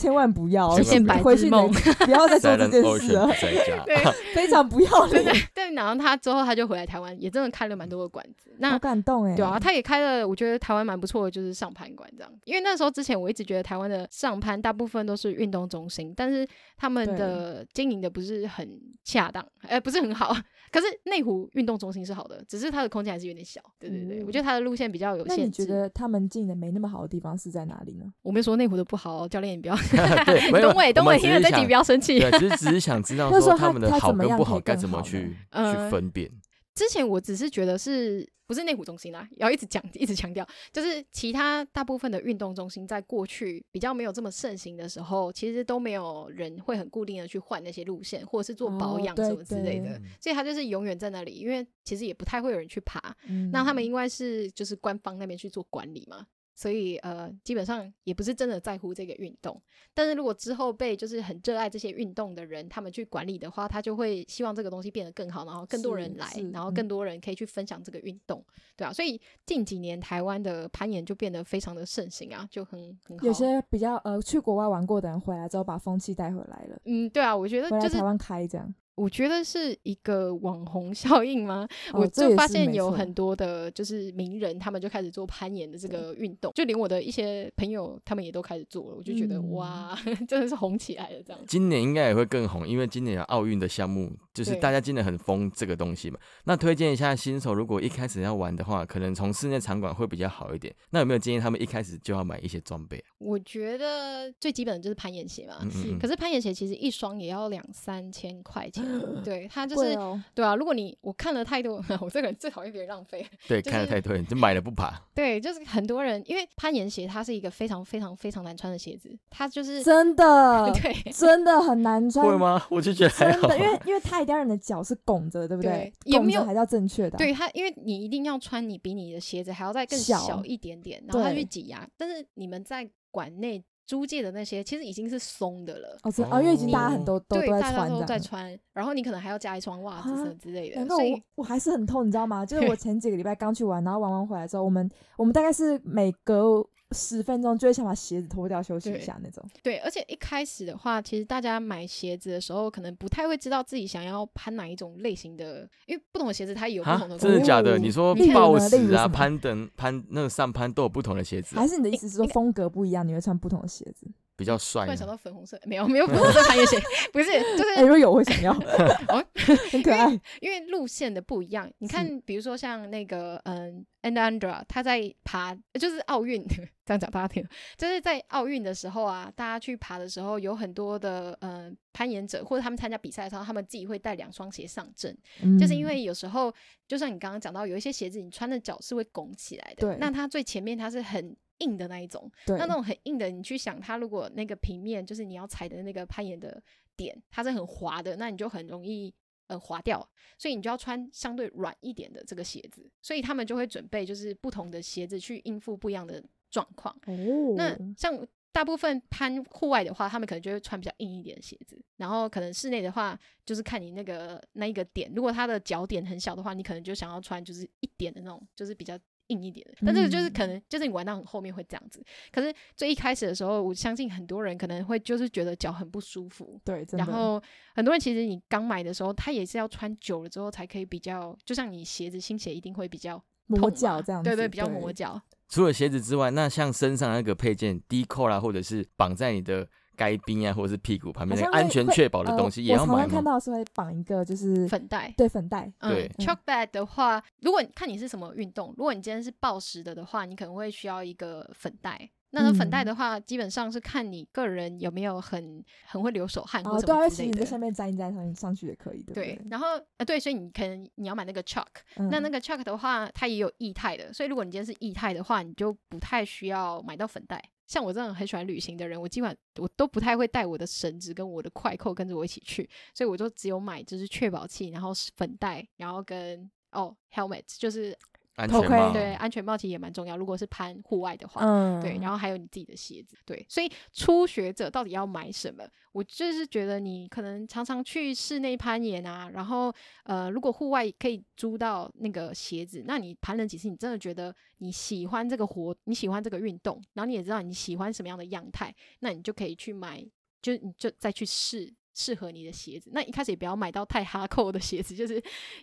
Speaker 1: 千万不要，
Speaker 2: 谢谢
Speaker 3: 白
Speaker 1: 回
Speaker 3: 日
Speaker 1: 去
Speaker 3: 梦
Speaker 1: 你不要再做这
Speaker 2: Silent
Speaker 1: 件事啊了
Speaker 2: Ocean 不，在家，
Speaker 3: 对，
Speaker 1: 非常不要
Speaker 3: 真的
Speaker 1: 脸，。
Speaker 3: 但然后他之后他就回来台湾，也真的开了蛮多的馆子。
Speaker 1: 好
Speaker 3: 那
Speaker 1: 感动哎。
Speaker 3: 对
Speaker 2: 哦
Speaker 3: 啊，他也开了，我觉得台湾蛮不错的，就是上攀馆这样。因为那时候之前我一直觉得台湾的上攀大部分都是运动中心，但是他们
Speaker 1: 对
Speaker 3: 的经营的不是很恰当，呃，不是很好。 可是内湖运动中心是好的，只是它的空间还是有点小。对对对，
Speaker 1: 嗯
Speaker 3: 我
Speaker 2: 哦
Speaker 3: 觉得它的路线比较有
Speaker 1: 那你
Speaker 3: 限
Speaker 1: 觉
Speaker 3: 制。
Speaker 1: 得他们进的没那么好的地方是在哪里呢？
Speaker 3: 我没有说内湖的不好哦，教练也不要。
Speaker 2: 对，没有
Speaker 3: 东伟，东
Speaker 2: 我们
Speaker 3: 伟
Speaker 2: 只
Speaker 3: 听
Speaker 2: 是
Speaker 3: 了这
Speaker 2: 想
Speaker 3: 集不要生气。
Speaker 2: 对，只是只是想知道
Speaker 1: 那时
Speaker 2: 说
Speaker 1: 候他
Speaker 2: 们的
Speaker 1: 他
Speaker 2: 好
Speaker 1: 怎么
Speaker 2: 跟
Speaker 1: 样
Speaker 2: 不
Speaker 1: 可以
Speaker 2: 好该
Speaker 1: 更
Speaker 2: 怎么
Speaker 1: 好
Speaker 2: 去
Speaker 3: 呢
Speaker 2: 去
Speaker 3: 呃
Speaker 2: 分辨。
Speaker 3: 之前我只是觉得是不是内湖中心啦、要一直讲，一直强调，就是其他大部分的运动中心在过去比较没有这么盛行的时候，其实都没有人会很固定的去换那些路线，或者是做保
Speaker 1: 哦
Speaker 3: 养
Speaker 1: 对
Speaker 3: 什么之类的，
Speaker 1: 对
Speaker 3: 所以它就是永远在那里，因为其实也不太会有人去爬。
Speaker 1: 嗯
Speaker 3: 那他们因为是就是官方那边去做管理嘛，所以呃，基本上也不是真的在乎这个运动。但是如果之后被就是很热爱这些运动的人，他们去管理的话，他就会希望这个东西变得更好，然后更多
Speaker 1: 是
Speaker 3: 人来
Speaker 1: 是，
Speaker 3: 然后
Speaker 1: 嗯
Speaker 3: 更多人可以去分享这个运动，对啊。所以近几年台湾的攀岩就变得非常的盛行啊，就很很好。
Speaker 1: 有些比较呃去国外玩过的人回来之后把风气带回来了，
Speaker 3: 嗯，对啊，我觉得
Speaker 1: 回来
Speaker 3: 就是
Speaker 1: 台湾开这样。
Speaker 3: 我觉得是一个网红效应吗？
Speaker 1: 哦
Speaker 3: 我
Speaker 1: 这
Speaker 3: 就
Speaker 1: 也
Speaker 3: 发
Speaker 1: 是
Speaker 3: 现
Speaker 1: 没
Speaker 3: 有
Speaker 1: 错
Speaker 3: 很多的，就是名人，他们就开始做攀岩的这个运动，就连我的一些朋友，他们也都开始做了。我就觉得、
Speaker 1: 嗯
Speaker 3: 哇， 真的是红起来了这样。
Speaker 2: 今年应该也会更红，因为今年有奥运的项目，就是
Speaker 3: 对
Speaker 2: 大家今年很疯这个东西嘛。那推荐一下新手，如果一开始要玩的话，可能从室内场馆会比较好一点。那有没有建议他们一开始就要买一些装备？啊
Speaker 3: 我觉得最基本的就是攀岩鞋嘛，
Speaker 2: 嗯嗯嗯，
Speaker 3: 可啊是攀岩鞋其实一双也要两三千块 钱，对，它就
Speaker 1: 对
Speaker 3: 是
Speaker 1: 哦，
Speaker 3: 对啊。如果你我看了太多， 我这个人最讨厌别人浪费，
Speaker 2: 对，
Speaker 3: 就是
Speaker 2: 看得太对，就买了不爬。
Speaker 3: 对，就是很多人因为攀岩鞋它是一个非常非常非常难穿的鞋子，它就是。
Speaker 1: 真的
Speaker 3: 对，
Speaker 1: 真的很难穿，
Speaker 2: 会吗？我就觉得还
Speaker 1: 真
Speaker 2: 好
Speaker 1: 的，。因为因为他一定要让你的脚是拱着的，对不
Speaker 3: 对也
Speaker 1: 拱
Speaker 3: 没有
Speaker 1: 着还是要正确的啊。
Speaker 3: 对它，因为你一定要穿你比你的鞋子还要再更
Speaker 1: 小
Speaker 3: 小一点点，然后它
Speaker 1: 对
Speaker 3: 去挤压。但是你们在馆内租借的那些，其实已经是松的了。
Speaker 1: 哦，真哦，因为已经
Speaker 3: 哦
Speaker 1: 大家很多都
Speaker 3: 对，
Speaker 1: 都在
Speaker 3: 大家
Speaker 1: 穿
Speaker 3: 都
Speaker 1: 这
Speaker 3: 在
Speaker 1: 样。
Speaker 3: 穿，然后你可能还要加一双袜子
Speaker 1: 啊
Speaker 3: 什么之类的
Speaker 1: 难，怪
Speaker 3: 所
Speaker 1: 我
Speaker 3: 以
Speaker 1: 我还是很痛，你知道吗？就是我 前几个礼拜刚去玩，然后玩完回来之后，我们我们大概是每隔十分钟就会想把鞋子脱掉休息一
Speaker 3: 对
Speaker 1: 下那种。
Speaker 3: 对，而且一开始的话，其实大家买鞋子的时候，可能不太会知道自己想要攀哪一种类型的，因为不同的鞋子它也有不
Speaker 2: 啊
Speaker 3: 同的，功
Speaker 2: 真
Speaker 3: 能。
Speaker 2: 的假的？你说
Speaker 1: 例如呢例
Speaker 2: 暴
Speaker 1: 如
Speaker 2: 食
Speaker 1: 什么
Speaker 2: 啊、攀登、攀那个上攀都有不同的鞋子啊，
Speaker 1: 还是你的意思是说风格不一样，你会穿不同的鞋子？
Speaker 2: 比较
Speaker 3: 突
Speaker 2: 帅啊
Speaker 3: 然
Speaker 2: 呢。
Speaker 3: 想到粉红色，没有没有粉红色攀岩鞋， 不是，就是
Speaker 1: 哎，如果有我会 想要， 很可爱。
Speaker 3: 哦因为路线的不一样。你看，比如说像那个嗯 a n d Andra，他在爬，呃就是奥运 这样讲大家听，就是在奥运的时候啊，大家去爬的时候，有很多的嗯攀岩者或者他们参加比赛的时候，他们自己会带两双鞋上阵，就是因
Speaker 1: 嗯
Speaker 3: 为有时候就像你刚刚讲到，有一些鞋子你穿的脚是会拱起来的
Speaker 1: 对，
Speaker 3: 那它最前面它是很。硬的那一种，
Speaker 1: 对哦
Speaker 3: 那那种很硬的，你去想它如果那个平面就是你要踩的那个攀岩的点，它是很滑的，那你就很容易呃滑掉，所以你就要穿相对软一点的这个鞋子，所以他们就会准备就是不同的鞋子去应付不一样的状况。
Speaker 1: 哦，
Speaker 3: 那像大部分攀户外的话，他们可能就会穿比较硬一点的鞋子，然后可能室内的话，就是看你那个那一个点，如果它的脚点很小的话，你可能就想要穿就是一点的那种，就是比较硬一点的。但这个就是
Speaker 1: 嗯
Speaker 3: 可能就是你玩到很后面会这样子。可是最一开始的时候，我相信很多人可能会就是觉得脚很不舒服。
Speaker 1: 对，真的。
Speaker 3: 然后很多人其实你刚买的时候，他也是要穿久了之后才可以比较，就像你鞋子新鞋一定会比较
Speaker 1: 磨
Speaker 3: 痛嘛
Speaker 1: 脚这样子，
Speaker 3: 对对，比较磨脚。
Speaker 2: 除了鞋子之外，那像身上那个配件低扣啦，或者是绑在你的该冰啊，或者是屁股旁边那
Speaker 1: 好像
Speaker 2: 个
Speaker 1: 会
Speaker 2: 安全确保的东西也
Speaker 1: 呃
Speaker 2: 要
Speaker 1: 我
Speaker 2: 买
Speaker 1: 常常看
Speaker 2: 吗？
Speaker 1: 到是会绑一个，就是
Speaker 3: 粉袋，
Speaker 1: 对粉袋，
Speaker 2: 对
Speaker 3: 嗯 chalk bag 的话，如果你看你是什么运动，如果你今天是暴食的的话，你可能会需要一个粉袋。那个粉袋的话，基本上是看你个人有没有很很会流手汗
Speaker 1: 哦对
Speaker 3: 或什
Speaker 1: 啊，而
Speaker 3: 么
Speaker 1: 且
Speaker 3: 之
Speaker 1: 你
Speaker 3: 类
Speaker 1: 在
Speaker 3: 的。
Speaker 1: 下面粘一粘上上去也可以，对不
Speaker 3: 对
Speaker 1: 对？，
Speaker 3: 然后呃对，所以你可能你要买那个 chalk，、
Speaker 1: 嗯
Speaker 3: 那那个 chalk 的话，它也有液态的，所以如果你今天是液态的话，你就不太需要买到粉袋。像我这种很喜欢旅行的人，我基本上我都不太会带我的绳子跟我的快扣跟着我一起去，所以我就只有买就是确保器，然后是粉袋，然后跟哦 helmet，就是
Speaker 2: 安
Speaker 1: 头
Speaker 2: 全
Speaker 1: 盔
Speaker 2: 帽，
Speaker 3: 对安全帽其实也蛮重要，如果是攀户外的话，
Speaker 1: 嗯，
Speaker 3: 对，然后还有你自己的鞋子，对，所以初学者到底要买什么？我就是觉得你可能常常去室内攀岩啊，然后呃，如果户外可以租到那个鞋子，那你攀了几次，你真的觉得你喜欢这个活，你喜欢这个运动，然后你也知道你喜欢什么样的样态，那你就可以去买，就你就再去试。适合你的鞋子，那一开始也不要买到太哈扣的鞋子，就是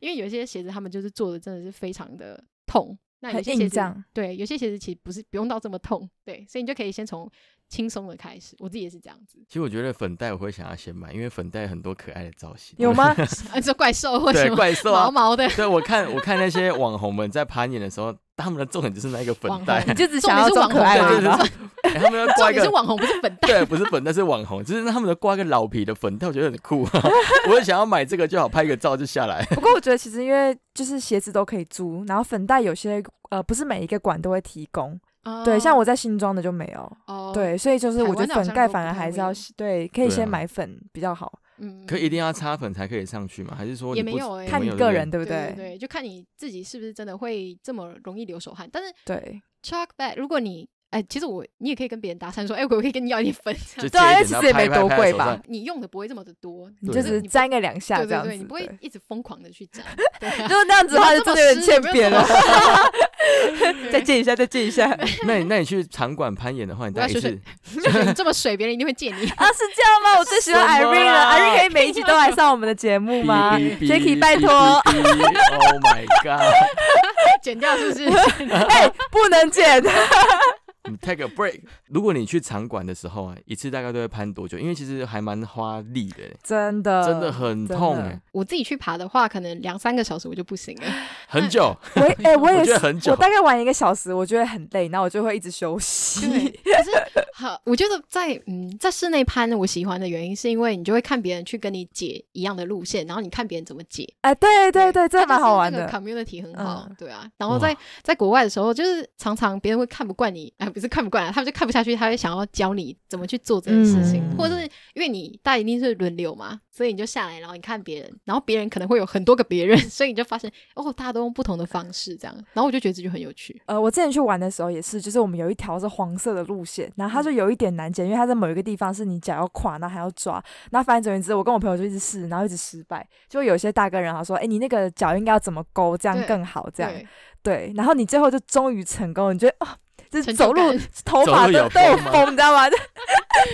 Speaker 3: 因为有些鞋子他们就是做的真的是非常的痛，那有
Speaker 1: 很
Speaker 3: 些
Speaker 1: 硬
Speaker 3: 鞋子
Speaker 1: 这样
Speaker 3: 对，有些鞋子其实不是不用到这么痛，对，所以你就可以先从轻松的开始。我自己也是这样子，
Speaker 2: 其实我觉得粉袋我会想要先买，因为粉袋很多可爱的造型。
Speaker 1: 有 吗？
Speaker 3: 啊，你说怪兽或 什
Speaker 2: 对，
Speaker 3: 么
Speaker 2: 怪兽
Speaker 3: 毛
Speaker 2: 啊。
Speaker 3: 毛的
Speaker 2: 对，我看我看那些网红们在攀岩的时候，他们的重点就是那个
Speaker 3: 网
Speaker 2: 粉
Speaker 3: 红
Speaker 2: 袋，，
Speaker 1: 就只
Speaker 3: 重
Speaker 1: 想
Speaker 3: 点
Speaker 1: 要
Speaker 3: 是
Speaker 1: 装
Speaker 3: 网
Speaker 1: 可
Speaker 3: 红
Speaker 1: 爱
Speaker 2: 对
Speaker 1: 而
Speaker 2: 对
Speaker 1: 已
Speaker 2: 对
Speaker 1: 吧
Speaker 3: 吧，
Speaker 2: 哎他们要
Speaker 3: 重
Speaker 2: 挂一
Speaker 3: 点是
Speaker 2: 个。
Speaker 3: 网红，不是粉 袋。
Speaker 2: 对，不是粉袋是网红，就是他们的挂一个老皮的粉袋，我觉得很酷、 啊。我也想要买这个，就好拍个照就下来。
Speaker 1: 不过我觉得其实因为就是鞋子都可以租，然后粉袋有些呃不是每一个馆都会提供，对，像我在新庄的就没有，
Speaker 3: 嗯哦，
Speaker 1: 对，所以就是我觉得
Speaker 3: 台湾的好
Speaker 1: 粉
Speaker 3: 像
Speaker 1: 盖
Speaker 3: 都
Speaker 1: 反
Speaker 3: 不
Speaker 1: 而
Speaker 3: 太
Speaker 1: 还
Speaker 3: 会
Speaker 1: 是要
Speaker 3: 有
Speaker 1: 先对，可以
Speaker 2: 对啊
Speaker 1: 先买粉比较好，
Speaker 3: 嗯，
Speaker 2: 可一定要擦粉才可以上去嘛？还是说你
Speaker 3: 也
Speaker 2: 不
Speaker 3: 没有欸
Speaker 2: 也
Speaker 1: 看
Speaker 2: 没
Speaker 1: 你
Speaker 2: 有
Speaker 1: 个
Speaker 2: 对不对
Speaker 1: 人对不
Speaker 3: 对
Speaker 1: 对？
Speaker 3: 对对，就看你自己是不是真的会这么容易流手汗。但是
Speaker 1: 对
Speaker 3: chalk bag，如果你哎，其实我你也可以跟别人搭讪说，哎，我可以跟你要一点粉，这
Speaker 2: 就啊
Speaker 1: 对
Speaker 3: 样
Speaker 1: 啊因为其
Speaker 2: 借一点然后
Speaker 1: 实也
Speaker 2: 拍
Speaker 1: 没
Speaker 2: 拍
Speaker 1: 多
Speaker 2: 拍
Speaker 1: 贵
Speaker 2: 手
Speaker 1: 吧
Speaker 2: 上
Speaker 3: 你用的不会这么的多，
Speaker 1: 你
Speaker 2: 对
Speaker 1: 就只
Speaker 2: 对
Speaker 3: 是
Speaker 1: 是
Speaker 3: 你不
Speaker 1: 沾个两下
Speaker 3: 对
Speaker 1: 这样
Speaker 3: 对
Speaker 1: 子，
Speaker 3: 对，你不会
Speaker 1: 对
Speaker 3: 一直疯狂的去 沾，对
Speaker 1: 如
Speaker 3: 啊
Speaker 1: 果那样子的话，
Speaker 3: 你
Speaker 1: 就
Speaker 3: 不
Speaker 1: 真
Speaker 3: 要
Speaker 1: 的有点
Speaker 3: 这么湿
Speaker 1: 欠
Speaker 3: 你不要
Speaker 1: 扁
Speaker 3: 这么
Speaker 1: 了。 再
Speaker 3: 对
Speaker 1: 借一下，再借一 下啊？
Speaker 2: 那你那你去场馆攀岩的话，你
Speaker 3: 我要
Speaker 2: 大概
Speaker 3: 学
Speaker 2: 是
Speaker 3: 就觉得你这么水，别人一定会见你。
Speaker 1: 啊是这样吗？我最喜欢
Speaker 2: 什么
Speaker 1: Irene 了
Speaker 2: 啦
Speaker 1: ，Irene 可以每一集都来上我们的节目 吗
Speaker 2: 哔哔哔
Speaker 1: ？Jacky，拜托，
Speaker 2: 哔哔哔！Oh my god！
Speaker 3: 剪掉是不是？剪掉
Speaker 1: 哎，不能剪。
Speaker 2: 你 take a break。如果你去场馆的时候啊，一次大概都会攀多久？因为其实还蛮花力的欸，
Speaker 1: 真的，
Speaker 2: 真的很
Speaker 1: 呃真
Speaker 2: 痛
Speaker 1: 的
Speaker 2: 哎，
Speaker 3: 我自己去爬的话，可能两三个小时我就不行了。
Speaker 2: 很久。
Speaker 1: 我哎、我也
Speaker 2: 我觉得
Speaker 1: 是，
Speaker 2: 很久
Speaker 1: 我大概玩一个小时，我就会很累，然后我就会一直休
Speaker 3: 对，
Speaker 1: 息。
Speaker 3: 可是好，我觉得在嗯在室内攀，我喜欢的原因是因为你就会看别人去跟你解一样的路线，然后你看别人怎么解，
Speaker 1: 哎，对对对，真的蛮好玩
Speaker 3: 它
Speaker 1: 的。
Speaker 3: 就是那个 community 很好，
Speaker 1: 嗯
Speaker 3: 对啊。然后在在国外的时候，就是常常别人会看不惯你，哎，不是看不惯、啊，他们就看不下去，他会想要教你怎么去做这件事情，
Speaker 1: 嗯
Speaker 3: 或者是因为你大家一定是轮流嘛，所以你就下来，然后你看别人，然后别人可能会有很多个别人， 所以你就发现哦，大家都用不同的方式这样，然后我就觉得这就很有趣。
Speaker 1: 呃，我之前去玩的时候也是，就是我们有一条是黄色的路线，然后
Speaker 3: 嗯
Speaker 1: 它就有一点难剪，因为它在某一个地方是你脚要跨，然后还要抓，然后反正总而言之，我跟我朋友就一直试，然后一直失败。就有些大个人好说，哎，你那个脚应该要怎么勾，这样
Speaker 3: 对
Speaker 1: 更好，这样
Speaker 3: 对
Speaker 1: 对。然后你最后就终于成功，你觉得哦，就是
Speaker 3: 成就
Speaker 1: 走路
Speaker 3: 感
Speaker 1: 头发
Speaker 2: 走路
Speaker 1: 都
Speaker 2: 有
Speaker 1: 都有
Speaker 2: 风吗
Speaker 1: 风，你知道吗？就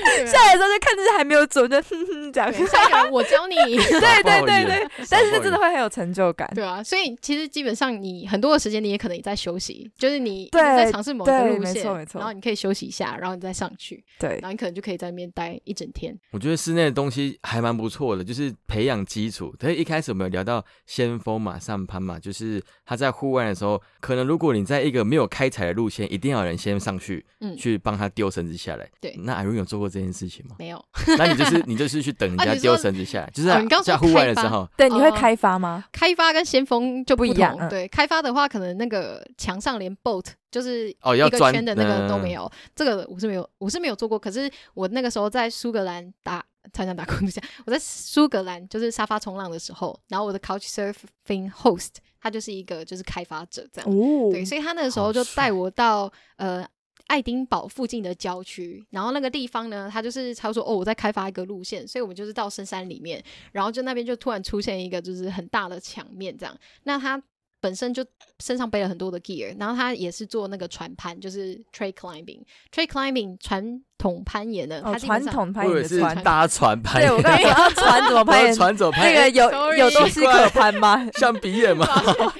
Speaker 3: 对啊
Speaker 1: 下来的时候就看就是还没有准，就哼哼这样。
Speaker 3: 对下一个人我教你。
Speaker 1: 对对
Speaker 2: 傻爆
Speaker 1: 对
Speaker 2: 眼
Speaker 1: 对，
Speaker 2: 傻
Speaker 1: 但是
Speaker 2: 爆
Speaker 1: 真的
Speaker 2: 眼
Speaker 1: 会很有成就感。
Speaker 3: 对啊，所以其实基本上你很多的时间你也可能也在休息，就是你一直
Speaker 1: 对
Speaker 3: 在尝试某一个
Speaker 1: 对
Speaker 3: 路
Speaker 1: 没
Speaker 3: 线
Speaker 1: 错没，错
Speaker 3: 然后你可以休息一下，然后你再上去，
Speaker 1: 对
Speaker 3: 然，后你可能就可以在那边待一整天。
Speaker 2: 我觉得室内的东西还蛮不错的，就是培养基础。但是一开始我们有聊到先锋马上攀嘛，就是他在户外的时候，可能如果你在一个没有开采的路线，一定要有人先上去
Speaker 3: 嗯，
Speaker 2: 去帮他丢绳子下来。
Speaker 3: 对？
Speaker 2: 那 Irene 有做过这件事情吗
Speaker 3: 没有，
Speaker 2: 那你 就是你就是去等人
Speaker 3: 啊
Speaker 2: 家
Speaker 3: 你说
Speaker 2: 丢绳子下来，就是
Speaker 3: 哦
Speaker 2: 在
Speaker 3: 你刚说
Speaker 2: 在户外的时候，
Speaker 1: 对，你会
Speaker 3: 哦
Speaker 1: 开发吗？
Speaker 3: 开发跟先锋就不
Speaker 1: 不一
Speaker 3: 同
Speaker 1: 样嗯
Speaker 3: 对，开发的话，可能那个墙上连 boat 就是
Speaker 2: 哦要
Speaker 3: 一个
Speaker 2: 钻
Speaker 3: 圈的那个都
Speaker 2: 嗯
Speaker 3: 没有，这个我是没有，我是没有做过。可是我那个时候在苏格兰打。参加打工度假，我在苏格兰就是沙发冲浪的时候，然后我的 Couchsurfing host 他就是一个就是开发者这样，
Speaker 1: 哦
Speaker 3: 对，所以他那个时
Speaker 2: 好
Speaker 3: 候就
Speaker 2: 帅
Speaker 3: 带我到呃爱丁堡附近的郊区，然后那个地方呢，他就是他说哦我在开发一个路线，所以我们就是到深山里面，然后就那边就突然出现一个就是很大的墙面这样，那他。本身就身上背了很多的 gear，然后他也是做那个船攀，就是 trail climbing。trail climbing 传统攀岩呢，
Speaker 1: 哦，
Speaker 3: 它基本
Speaker 1: 传
Speaker 3: 上
Speaker 1: 统攀
Speaker 2: 我以
Speaker 1: 岩
Speaker 2: 为
Speaker 1: 的
Speaker 2: 是
Speaker 1: 船，
Speaker 2: 搭船攀
Speaker 1: 对
Speaker 2: 岩，
Speaker 1: 我刚才说要船怎么 攀岩，
Speaker 2: 船走
Speaker 1: 那
Speaker 2: 攀
Speaker 1: 个
Speaker 2: 岩，
Speaker 1: 有
Speaker 3: 哎 sorry
Speaker 1: 有东西可攀吗？
Speaker 2: 像鼻眼吗？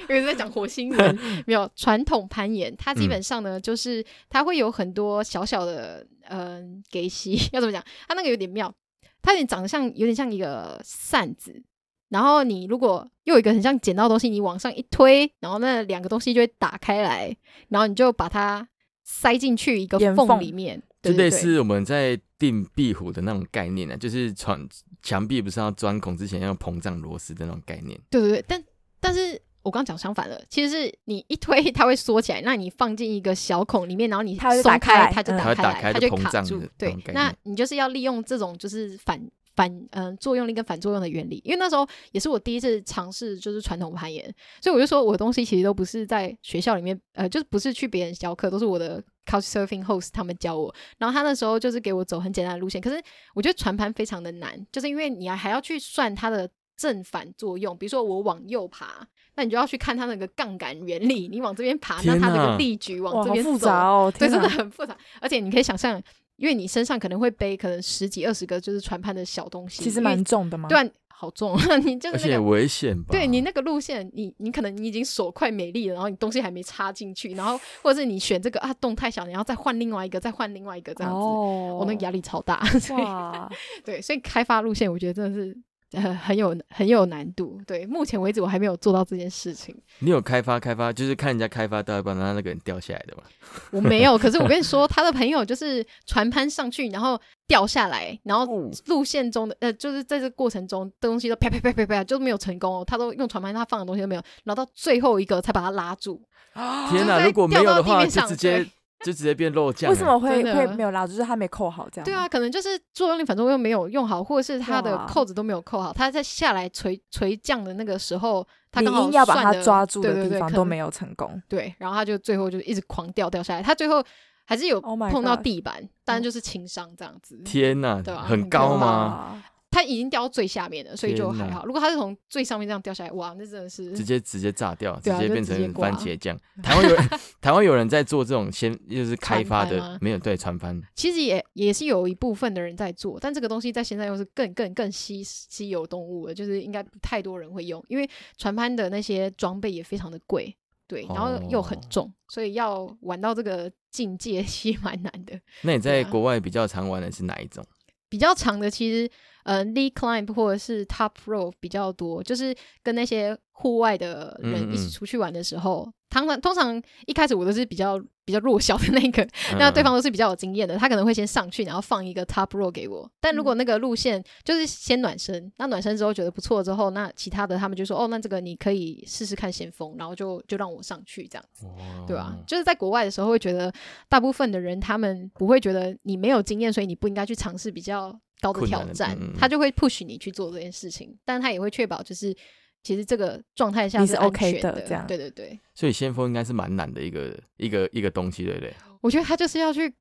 Speaker 3: 有人在讲火星人，没有传统攀岩，它基本上呢，就是它会有很多小小的，嗯、给息 要怎么讲？它那个有点妙，它有点长得像，有点像一个扇子。然后你如果又有一个很像剪刀的东西，你往上一推，然后那两个东西就会打开来，然后你就把它塞进去一个
Speaker 1: 岩
Speaker 3: 缝
Speaker 1: 缝
Speaker 3: 里面，
Speaker 2: 就
Speaker 3: 对对
Speaker 2: 类
Speaker 3: 对。
Speaker 2: 似我们在定壁虎的那种概念呢、啊，就是床墙壁不是要钻孔之前要膨胀螺丝的那种概念。
Speaker 3: 对对对，但但是我刚讲相反了，其实是你一推它会缩起来，那你放进一个小孔里面，然后你
Speaker 1: 它就
Speaker 3: 松
Speaker 1: 打开
Speaker 3: 开，
Speaker 1: 来
Speaker 3: 它就
Speaker 1: 嗯
Speaker 2: 它
Speaker 3: 打开
Speaker 2: 会
Speaker 3: 来，
Speaker 2: 打开
Speaker 3: 它
Speaker 2: 就
Speaker 3: 就
Speaker 2: 膨
Speaker 3: 卡
Speaker 2: 胀
Speaker 3: 住
Speaker 2: 的。那
Speaker 3: 对
Speaker 2: 种，概
Speaker 3: 那
Speaker 2: 念
Speaker 3: 你就是要利用这种就是反反嗯、作用力跟反作用的原理，因为那时候也是我第一次尝试就是传统攀岩，所以我就说我的东西其实都不是在学校里面，呃，就是不是去别人教课，都是我的 Couchsurfing host 他们教我。然后他那时候就是给我走很简单的路线，可是我觉得船盘非常的难，就是因为你还要去算它的正反作用，比如说我往右爬。那你就要去看它那个杠杆原理，你往这边爬，那
Speaker 2: 天
Speaker 3: 它这个
Speaker 2: 哪
Speaker 3: 力矩
Speaker 1: 哇，
Speaker 3: 往这
Speaker 1: 好
Speaker 3: 边
Speaker 1: 复
Speaker 3: 走，
Speaker 1: 杂哦，
Speaker 3: 对，
Speaker 1: 天
Speaker 3: 真的
Speaker 1: 哪
Speaker 3: 很复杂。而且你可以想象，因为你身上可能会背可能十几二十个就是船盘的小东西，
Speaker 1: 其实
Speaker 3: 因为
Speaker 1: 蛮重的嘛。
Speaker 3: 对啊，好重，你就
Speaker 2: 而
Speaker 3: 是
Speaker 2: 且
Speaker 3: 那个。
Speaker 2: 危险吧？
Speaker 3: 对你那个路线，你你可能你已经手快没力了，然后你东西还没插进去，然后或者是你选这个啊洞太小，然后再换另外一个，再换另外一个这样子，我、
Speaker 1: 哦，
Speaker 3: 那个压力超 大。所以
Speaker 1: 哇，
Speaker 3: 对，所以开发路线我觉得真的是呃很有很有难度。对，目前为止我还没有做到这件事 情。
Speaker 2: 你有开发开发，就是看人家开发到一半，然后那个人掉下来的嘛？
Speaker 3: 我没有，可是我跟你说，他的朋友就是船攀上去，然后掉下来，然后
Speaker 2: 哦
Speaker 3: 路线中的呃，就是在这个过程中东西都啪啪啪啪啪，就没有成功哦。他都用船攀，他放的东西都没有，然后到最后一个才把他拉住。
Speaker 2: 天
Speaker 3: 就
Speaker 2: 哪！
Speaker 3: 是
Speaker 2: 如果没有的
Speaker 3: 掉到地
Speaker 2: 话，
Speaker 3: 面
Speaker 2: 就
Speaker 3: 上
Speaker 2: 直接就直接变肉酱、啊
Speaker 1: 为什么会
Speaker 3: 真的
Speaker 1: 会没有拉住？就是他没扣好这样。
Speaker 3: 对啊，，可能就是作用力反作用没有用好，或者是他的
Speaker 1: 哦哇
Speaker 3: 扣子都没有扣好，他在下来垂垂降的那个时候，他
Speaker 1: 你
Speaker 3: 刚好
Speaker 1: 硬要把
Speaker 3: 算
Speaker 1: 他
Speaker 3: 得
Speaker 1: 抓住
Speaker 3: 对
Speaker 1: 的
Speaker 3: 对
Speaker 1: 地
Speaker 3: 对
Speaker 1: 方
Speaker 3: 可
Speaker 1: 都
Speaker 3: 能
Speaker 1: 没有成功。
Speaker 3: 对，然后他就最后就一直狂掉掉下来，他最后还是有
Speaker 1: Oh my 嗯
Speaker 3: 碰到
Speaker 1: God
Speaker 3: 地板，当然就是轻伤这样子。
Speaker 2: 天哪
Speaker 3: 对啊，
Speaker 2: 很高吗？
Speaker 1: 哇？
Speaker 3: 他已经掉到最下面了，所以就
Speaker 2: 天哪
Speaker 3: 还好。如果他是从最上面这样掉下来，哇，那真的是
Speaker 2: 直接直接炸掉，
Speaker 3: 对啊
Speaker 2: 接
Speaker 3: 就
Speaker 2: 变
Speaker 3: 直接
Speaker 2: 成
Speaker 3: 挂
Speaker 2: 番茄 酱。台湾有台湾有人在做这种先就是开发
Speaker 3: 船帆吗
Speaker 2: 的，没有对船帆，
Speaker 3: 其实也也是有一部分的人在做，但这个东西在现在又是更更更稀稀有动物了，就是应该不太多人会用，因为船攀的那些装备也非常的贵，对，然后又很
Speaker 2: 哦
Speaker 3: 重，所以要玩到这个境界 其实蛮难的。
Speaker 2: 那你
Speaker 3: 对
Speaker 2: 在
Speaker 3: 啊
Speaker 2: 国外比较常玩的是哪一种？
Speaker 3: 比较长的其实，呃，lead climb 或者是 top row 比较多，就是跟那些户外的人
Speaker 2: 嗯嗯
Speaker 3: 一起出去玩的时候，通常通常一开始我都是比较比较弱小的那个，
Speaker 2: 嗯
Speaker 3: 那对方都是比较有经验的，他可能会先上去，然后放一个 top row 给我。但如果
Speaker 1: 嗯
Speaker 3: 那个路线就是先暖身，那暖身之后觉得不错之后，那其他的他们就说，哦，那这个你可以试试看先锋，然后就就让我上去这样子。
Speaker 2: 嗯
Speaker 3: 对啊，就是在国外的时候会觉得，大部分的人他们不会觉得你没有经验，所以你不应该去尝试比较高的
Speaker 2: 困
Speaker 3: 挑
Speaker 2: 难的
Speaker 3: 战，
Speaker 2: 嗯嗯
Speaker 3: 他就会 push 你去做这件事情，但他也会确保就是其实这个状态下
Speaker 1: 你
Speaker 3: 是
Speaker 1: 是
Speaker 3: 安
Speaker 1: OK
Speaker 3: 全
Speaker 1: 的
Speaker 3: 的
Speaker 1: 这样
Speaker 3: 对对对，
Speaker 2: 所以先锋应该是蛮难的一个一个一个东西，对不对？
Speaker 3: 我觉得他就是要去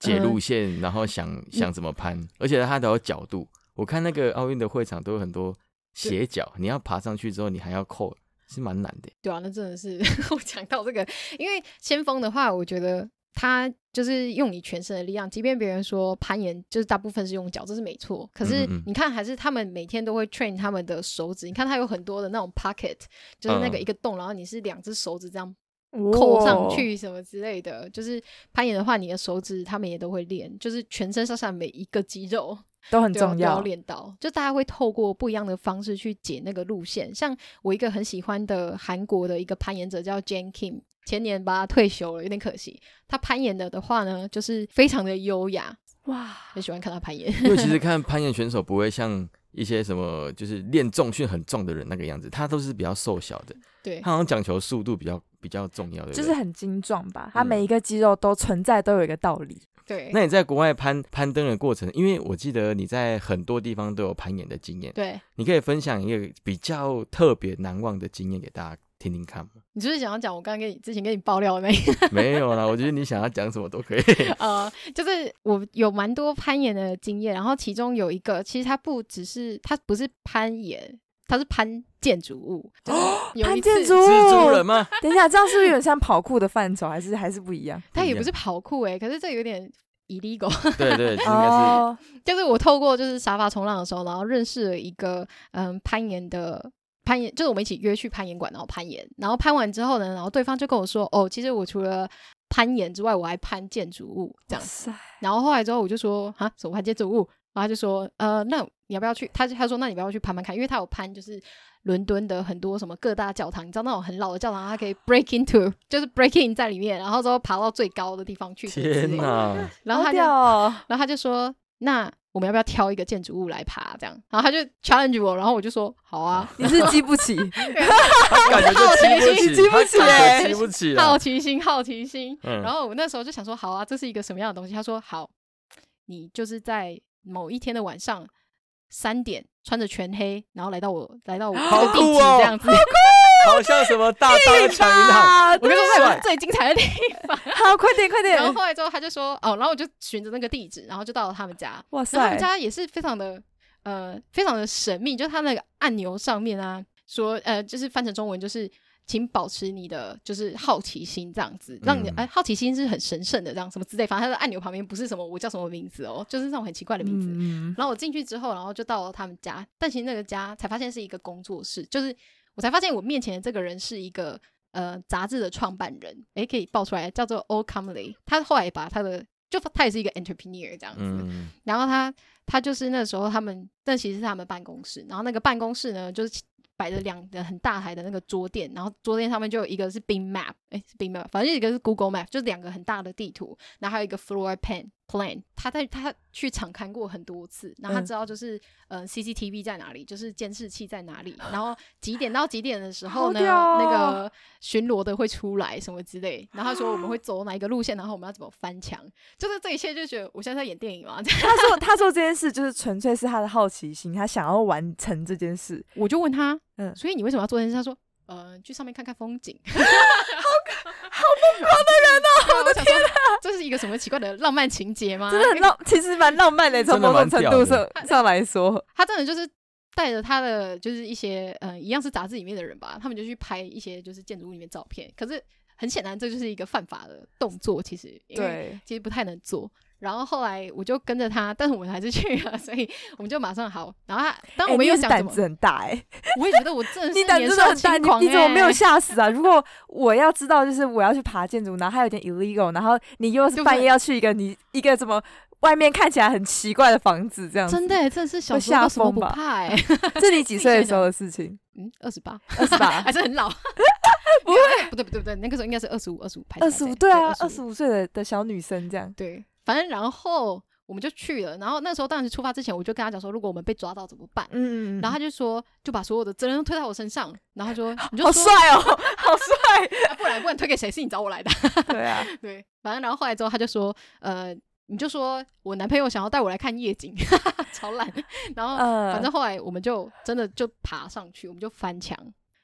Speaker 2: 解
Speaker 3: 呃
Speaker 2: 路线，然后想
Speaker 1: 嗯
Speaker 2: 想怎么攀，而且它都有角度。我看那个奥运的会场都有很多斜角，你要爬上去之后，你还要扣，是蛮难 的。
Speaker 3: 对啊，那真的是 我讲到这个，因为先锋的话，我觉得他就是用你全身的力量，即便别人说攀岩就是大部分是用脚，这是没错。可是
Speaker 2: 嗯嗯嗯
Speaker 3: 你看，还是他们每天都会 train 他们的手指，你看他有很多的那种 pocket，就是那个
Speaker 2: 嗯
Speaker 3: 一个洞，然后你是两只手指这样扣
Speaker 1: 扣
Speaker 3: 上，
Speaker 2: 哦
Speaker 3: 去什么之类的。就是攀岩的话，你的手指他们也都会练，就是全身上下每一个肌肉
Speaker 1: 都很
Speaker 3: 对啊
Speaker 1: 重
Speaker 3: 都要
Speaker 1: 要。
Speaker 3: 练到，就大家会透过不一样的方式去解那个路线。像我一个很喜欢的韩国的一个攀岩者叫 Jan Kim，前年吧退休了，有点可惜。他攀岩的的话呢，就是非常的优雅，
Speaker 1: 哇，
Speaker 3: 很喜欢看他攀岩。
Speaker 2: 因为其实看攀岩选手不会像一些什么就是练重训很重的人那个样子，他都是比较瘦小的，
Speaker 3: 对
Speaker 2: 他好像讲求速度比较比较重要的。对不
Speaker 1: 就
Speaker 2: 对
Speaker 1: 是很精壮吧？他
Speaker 2: 嗯
Speaker 1: 每一个肌肉都存在，都有一个道理。
Speaker 3: 对
Speaker 2: 那你在国外攀攀登的过程，因为我记得你在很多地方都有攀岩的经验，
Speaker 3: 对，
Speaker 2: 你可以分享一个比较特别难忘的经验给大家听听 看吗？
Speaker 3: 你就是想要讲我刚刚跟你之前跟你爆料的那一
Speaker 2: 没有啦，我觉得你想要讲什么都可 以。
Speaker 3: 呃，就是我有蛮多攀岩的经验，然后其中有一个，其实它不只是它不是攀岩，他是攀建筑物，就是有
Speaker 4: 攀
Speaker 3: 一次
Speaker 4: 建筑物
Speaker 2: 蜘蛛人吗？
Speaker 4: 等一下，这样是不是有点像跑酷的范畴，还是还是不一样？
Speaker 3: 他
Speaker 2: 不一
Speaker 3: 也不
Speaker 2: 样
Speaker 3: 是跑酷诶、可是这有点 illegal。
Speaker 2: 对对，这应
Speaker 3: 哦
Speaker 2: 该是。
Speaker 3: 就是我透过就是沙发冲浪的时候，然后认识了一个嗯攀岩的攀岩，就是我们一起约去攀岩馆，然后攀岩，然后攀完之后呢，然后对方就跟我说，哦，其实我除了攀岩之外，我还攀建筑物这
Speaker 4: 哇
Speaker 3: 样。
Speaker 4: 塞，
Speaker 3: 然后后来之后我就说啊，什么攀建筑物？然后他就说，呃，那你要不要去？他就他说，那你要不要去攀攀看？因为他有攀就是伦敦的很多什么各大教堂，你知道那种很老的教堂，他可以 break into，就是 break in 在里面，然后之后爬到最高的地方去。
Speaker 2: 天
Speaker 3: 哪！
Speaker 2: 哪！
Speaker 3: 然后
Speaker 4: 好
Speaker 3: 他就
Speaker 4: 屌 哦！
Speaker 3: 然后他就说：“那我们要不要挑一个建筑物来爬？”这样，然后他就 challenge 我，然后我就说：“好啊。
Speaker 4: 你是激不起，
Speaker 2: 他感觉就激不起，
Speaker 4: 好奇心
Speaker 2: 他激
Speaker 3: 激不起
Speaker 2: 不起”
Speaker 3: 好
Speaker 2: 了。
Speaker 3: 奇心，好奇心。
Speaker 2: 嗯
Speaker 3: 然后我那时候就想说：“好啊，这是一个什么样的东西？”他说：“好，你就是在某一天的晚上三点，穿着全黑，然后来到我来到我
Speaker 2: 好
Speaker 3: 这个地
Speaker 2: 酷
Speaker 3: 址
Speaker 2: 哦
Speaker 3: 这样子。
Speaker 2: 好像什么大大的抢银行，
Speaker 4: 啊，
Speaker 3: 我跟他说：“
Speaker 2: 哦帅
Speaker 3: 最精彩 的地方。
Speaker 4: 好，快点快”点
Speaker 3: 然！后后来之后，他就说：“哦，然后我就循着那个地址，然后就到了他们家。”
Speaker 4: 哇
Speaker 3: 然后他
Speaker 4: 塞
Speaker 3: 们，家也是非常的呃非常的神秘，就是他那个按钮上面啊，说呃就是翻成中文就是。请保持你的就是好奇心，这样子，让你
Speaker 2: 嗯
Speaker 3: 哎、好奇心是很神圣的，这样什么之类。反正它的按钮旁边不是什么我叫什么名字哦，就是那种很奇怪的名字。
Speaker 4: 嗯，
Speaker 3: 然后我进去之后，然后就到了他们家，但其实那个家才发现是一个工作室，就是我才发现我面前的这个人是一个呃杂志的创办人，诶，可以爆出来，叫做 O Comley，他后来也把他的就他也是一个 entrepreneur 这样子，
Speaker 2: 嗯，
Speaker 3: 然后他他就是那时候他们那其实是他们办公室，然后那个办公室呢就是摆着两个很大台的那个桌垫，然后桌垫上面就有一个是 Bing Map，哎是 Bing Map，反正一个是 Google Map，就是两个很大的地图，然后还有一个 Floor Plan Plan。他在他去场看过很多次，然后他
Speaker 4: 嗯
Speaker 3: 知道就是、呃 CCTV 在哪里，就是监视器在哪里，然后几点到几点的时候呢，
Speaker 4: 好屌哦
Speaker 3: 那个巡逻的会出来什么之类，然后他说我们 会走哪一个路线，然后我们要怎么翻墙，就是这一切就觉得我现在在演电影嘛，这样
Speaker 4: 他做他做这件事就是纯粹是他的好奇心，他想要完成这件事。
Speaker 3: 我就问他，
Speaker 4: 嗯
Speaker 3: 所以你为什么要做这件事？他说，呃，去上面看看风景。好好 疯狂的人哦！我的天这是一个什么奇怪的浪漫情节吗？
Speaker 4: 啊真的很浪，其实蛮浪漫的，从
Speaker 2: 真的
Speaker 4: 某种
Speaker 2: 蛮
Speaker 4: 程
Speaker 2: 屌
Speaker 4: 度
Speaker 2: 的
Speaker 4: 上上来说，
Speaker 3: 他真的就是带着他的就是一些呃，一样是杂志里面的人吧，他们就去拍一些就是建筑物里面照片。可是很显然，这就是一个犯法的动作，其实因为
Speaker 4: 对，
Speaker 3: 其实不太能做。然后后来我就跟着他，但是我们还是去了，所以我们就马上好。然后他，当然
Speaker 4: 哎
Speaker 3: 我们
Speaker 4: 你
Speaker 3: 又
Speaker 4: 也是
Speaker 3: 讲什
Speaker 4: 胆
Speaker 3: 么，
Speaker 4: 子很大哎，
Speaker 3: 我也觉得我真的是
Speaker 4: 你胆
Speaker 3: 年
Speaker 4: 子真的很
Speaker 3: 少
Speaker 4: 大，
Speaker 3: 轻
Speaker 4: 你
Speaker 3: 狂、欸，
Speaker 4: 你怎么没有吓死啊？如果我要知道，就是我要去爬建筑，然后还有点 illegal，然后你又是
Speaker 3: 对不
Speaker 4: 半夜
Speaker 3: 对
Speaker 4: 要去一个你一个怎么外面看起来很奇怪的房子，这样子
Speaker 3: 真的、，欸，真的是小
Speaker 4: 会
Speaker 3: 时候
Speaker 4: 吓
Speaker 3: 都什么
Speaker 4: 疯
Speaker 3: 不
Speaker 4: 吧
Speaker 3: 怕 哎、
Speaker 4: 这你几
Speaker 3: 自己
Speaker 4: 岁的
Speaker 3: 想
Speaker 4: 时候的事情？
Speaker 3: 嗯， 二十 八
Speaker 4: 二十八
Speaker 3: 还，是很老， 不 会，不对不对不对，那个时候应该是二十 五，二十五拍
Speaker 4: 二十五，对啊，二十
Speaker 3: 五，
Speaker 4: 五岁的的小女生这样。
Speaker 3: 对，反正然后我们就去了，然后那时候当然是出发之前，我就跟他讲说，如果我们被抓到怎么办？
Speaker 4: 嗯，
Speaker 3: 然后他就说，就把所有的责任都推到我身上，然后说，你就
Speaker 4: 好
Speaker 3: 说，
Speaker 4: 帅哦， 好帅！
Speaker 3: 啊不然不然推给谁？是你找我来的，
Speaker 4: 对啊，
Speaker 3: 对，反正然后后来之后他就说，呃，你就说我男朋友想要带我来看夜景， 超烂，然后
Speaker 4: 呃，
Speaker 3: 反正后来我们就真的就爬上去，我们就翻墙，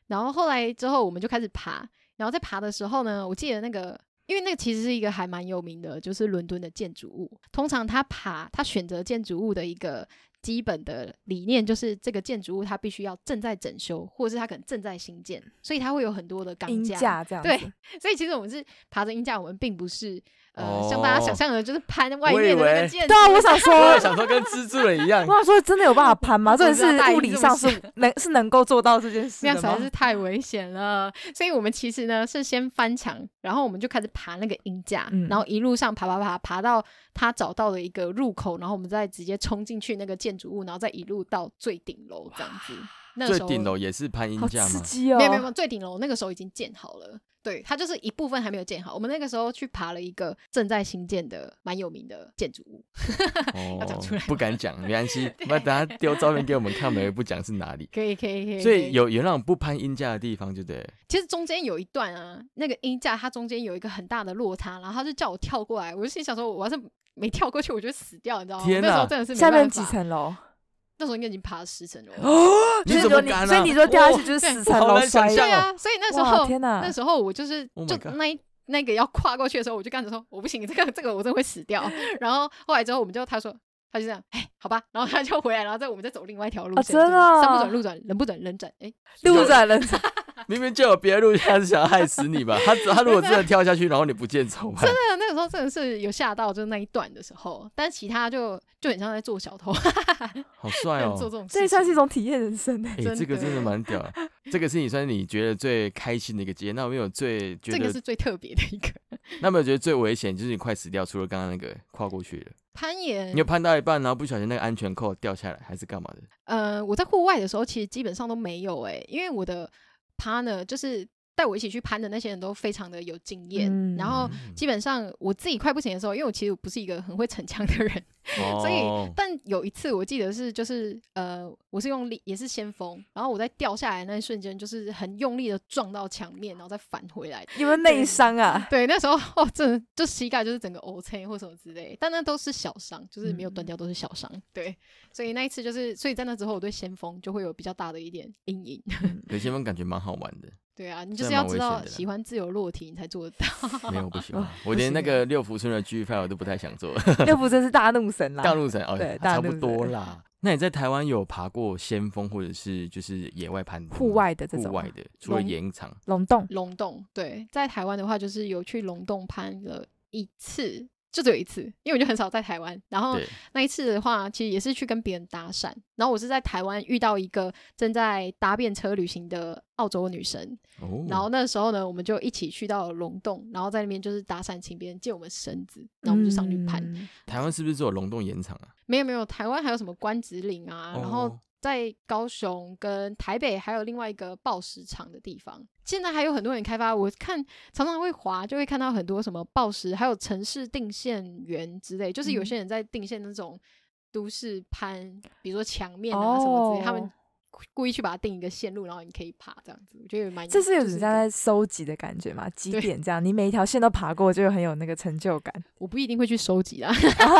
Speaker 3: 然后后来之后我们就开始爬，然后在爬的时候呢，我记得那个，因为那个其实是一个还蛮有名的，就是伦敦的建筑物。通常他爬，他选择建筑物的一个基本的理念就是这个建筑物它必须要正在整修，或者是它可能正在新建，所以它会有很多的钢
Speaker 4: 音
Speaker 3: 架。
Speaker 4: 架这样子，
Speaker 3: 对，所以其实我们是爬着鹰架，我们并不是呃、
Speaker 2: 哦
Speaker 3: 像大家想象的，就是攀外
Speaker 2: 我以
Speaker 3: 面的那个
Speaker 2: 为
Speaker 3: 建筑。
Speaker 4: 对啊，我想
Speaker 2: 我 也
Speaker 4: 说，
Speaker 2: 想说跟蜘蛛人一样
Speaker 4: 我，想说，真的有办法攀吗？
Speaker 3: 我
Speaker 4: 这
Speaker 3: 不知道大
Speaker 4: 是
Speaker 3: 姨
Speaker 4: 物理
Speaker 3: 这么
Speaker 4: 上是能是能够做到这件事
Speaker 3: 那样实
Speaker 4: 的
Speaker 3: 在
Speaker 4: 吗？
Speaker 3: 是太危险了。所以我们其实呢是先翻墙，然后我们就开始爬那个鹰架，
Speaker 4: 嗯
Speaker 3: 然后一路上爬爬爬，爬到他找到的一个入口，然后我们再直接冲进去那个建筑物，然后再一路到最顶楼这样子。那个
Speaker 2: 最
Speaker 3: 时候
Speaker 2: 顶楼也是攀鹰
Speaker 4: 好
Speaker 2: 架
Speaker 4: 刺
Speaker 2: 嘛。
Speaker 4: 激哦！
Speaker 3: 没有没有没有，最顶楼那个时候已经建好了。对，它就是一部分还没有建好。我们那个时候去爬了一个正在新建的蛮有名的建筑物，要讲
Speaker 2: 哦
Speaker 3: 出来，
Speaker 2: 不敢讲，没关 系。那等下丢照片给我们看，我们也不讲是哪里。
Speaker 3: 可以可以可以。
Speaker 2: 所
Speaker 3: 可
Speaker 2: 以有有那种不攀鹰架的地方，就对。
Speaker 3: 其实中间有一段啊，那个音架它中间有一个很大的落差，然后他就叫我跳过来，我就心想说，我要是没跳过去，我就死掉，你知道吗？
Speaker 2: 天
Speaker 3: 那时候
Speaker 2: 哪
Speaker 3: 真的是没
Speaker 4: 下面
Speaker 3: 办
Speaker 4: 几
Speaker 3: 法？
Speaker 4: 层楼？
Speaker 1: 哦
Speaker 3: 那时候应该已经爬了十层楼。
Speaker 2: 哦，
Speaker 4: 所
Speaker 2: 你
Speaker 4: 以
Speaker 2: 怎
Speaker 4: 说
Speaker 2: 么
Speaker 4: 你
Speaker 2: 敢
Speaker 4: 所以
Speaker 2: 啊
Speaker 4: 你？说掉下去就是
Speaker 3: 对
Speaker 4: 死
Speaker 2: 我
Speaker 4: 层
Speaker 2: 好
Speaker 4: 楼
Speaker 2: 难想
Speaker 4: 摔。
Speaker 2: 象
Speaker 3: 对
Speaker 2: 哦
Speaker 3: 啊，所以那时
Speaker 4: 哇
Speaker 3: 候
Speaker 4: 天哪
Speaker 3: 那！时候我就是、
Speaker 2: Oh my
Speaker 3: 就
Speaker 2: God
Speaker 3: 那一 那个要跨过去的时候，我就跟着说我不行，这个这个我真的会死掉。然后后来之后我们就他说。他就这样，哎，好吧，然后他就回来，然后再我们再走另外一条路
Speaker 1: 哦
Speaker 3: 线，
Speaker 1: 真的
Speaker 3: 就是山
Speaker 1: 哦
Speaker 3: 不转路转，人不转人转，哎，
Speaker 1: 路转 人转，
Speaker 2: 明明就有别的路，他是想要害死你吧？他他如果真的跳下去，然后你不见怎么办？
Speaker 3: 那那个时候真的是有吓到，就是那一段的时候，但其他就就很像在做小偷，
Speaker 2: 好帅哦！
Speaker 3: 做这种事情，
Speaker 1: 这也算是一种体验人生欸呢。
Speaker 2: 哎、
Speaker 3: 真
Speaker 2: 这个真的
Speaker 3: 的
Speaker 2: 蛮屌的，这个是你算是你觉得最开心的一个经验。那有没有最觉
Speaker 3: 这个
Speaker 2: 得？
Speaker 3: 是最特别的一个
Speaker 2: 那有没有觉得最危险？就是你快死掉，除了刚刚那个跨过去了，
Speaker 3: 攀岩
Speaker 2: 你有。攀到一半，然后不小心那个安全扣掉下来，还是干嘛的？
Speaker 3: 呃，我在户外的时候其实基本上都没有哎、因为我的 partner 就是带我一起去攀的那些人都非常的有经验，
Speaker 1: 嗯
Speaker 3: 然后
Speaker 2: 嗯
Speaker 3: 基本上我自己快不行的时候，因为我其实不是一个很会逞强的人， 所以
Speaker 2: 哦
Speaker 3: 但有一次我记得是就是呃，我是用力也是先锋，然后我在掉下来的那一瞬间就是很用力的撞到墙面，然后再返回来。
Speaker 1: 有没有内伤 啊？
Speaker 3: 对，那时候哦，真的就膝盖就是整个 O C 或什么之类，但那都是小伤，就是没有
Speaker 2: 嗯
Speaker 3: 断掉，都是小伤。对，所以那一次就是，所以在那之后，我对先锋就会有比较大的一点阴影。
Speaker 2: 有些风感觉蛮好玩的。
Speaker 3: 对啊，你就
Speaker 2: 这
Speaker 3: 是
Speaker 2: 蛮
Speaker 3: 要知
Speaker 2: 危险
Speaker 3: 道
Speaker 2: 的啦
Speaker 3: 喜欢自由落体，你才做得到。
Speaker 2: 没有，我不喜
Speaker 1: 哦
Speaker 2: 欢，我
Speaker 1: 不行
Speaker 2: 连那
Speaker 1: 啊
Speaker 2: 个六福村的 G 派我都不太想做。
Speaker 1: 又不真是大怒神啦
Speaker 2: 大！陆神哦，
Speaker 1: 对
Speaker 2: 差
Speaker 1: 大
Speaker 2: 不
Speaker 1: 陆
Speaker 2: 多
Speaker 1: 神
Speaker 2: 啦。那你在台湾有爬过先锋或者是就是野外攀登
Speaker 1: 户
Speaker 2: 吗
Speaker 1: 外的这
Speaker 2: 户
Speaker 1: 种
Speaker 2: 外
Speaker 1: 吗
Speaker 2: 的，除了
Speaker 3: 龙
Speaker 2: 岩场，
Speaker 1: 龙洞，
Speaker 3: 龙洞，对，在台湾的话，就是有去龙洞攀了一次，就只有一次，因为我就很少在台湾。然后
Speaker 2: 对，
Speaker 3: 那一次的话，其实也是去跟别人搭讪，然后我是在台湾遇到一个正在搭便车旅行的澳洲女生，
Speaker 1: 嗯
Speaker 2: 哦
Speaker 3: 然后那时候呢，我们就一起去到龙洞，然后在那边就是搭讪，请别人借我们绳子，然后我们就上去攀。
Speaker 1: 嗯
Speaker 2: 台湾是不是只有龙洞岩场啊？
Speaker 3: 没有没有，台湾还有什么关子岭啊，然后
Speaker 2: 哦
Speaker 3: 在高雄跟台北还有另外一个报石场的地方，现在还有很多人开发。我看常常会滑，就会看到很多什么报石，还有城市定线员之类，就是有
Speaker 1: 嗯
Speaker 3: 些人在定线那种都市攀，比如说墙面啊什么之类，他们
Speaker 1: 哦
Speaker 3: 故意去把它定一个线路，然后你可以爬这样子，我觉得也蛮
Speaker 1: 这是有
Speaker 3: 就
Speaker 1: 点
Speaker 3: 一
Speaker 1: 像
Speaker 3: 个
Speaker 1: 在收集的感觉嘛，几
Speaker 3: 对
Speaker 1: 点这样，你每一条线都爬过，就很有那个成就感。
Speaker 3: 我不一定会去 收集啦，啊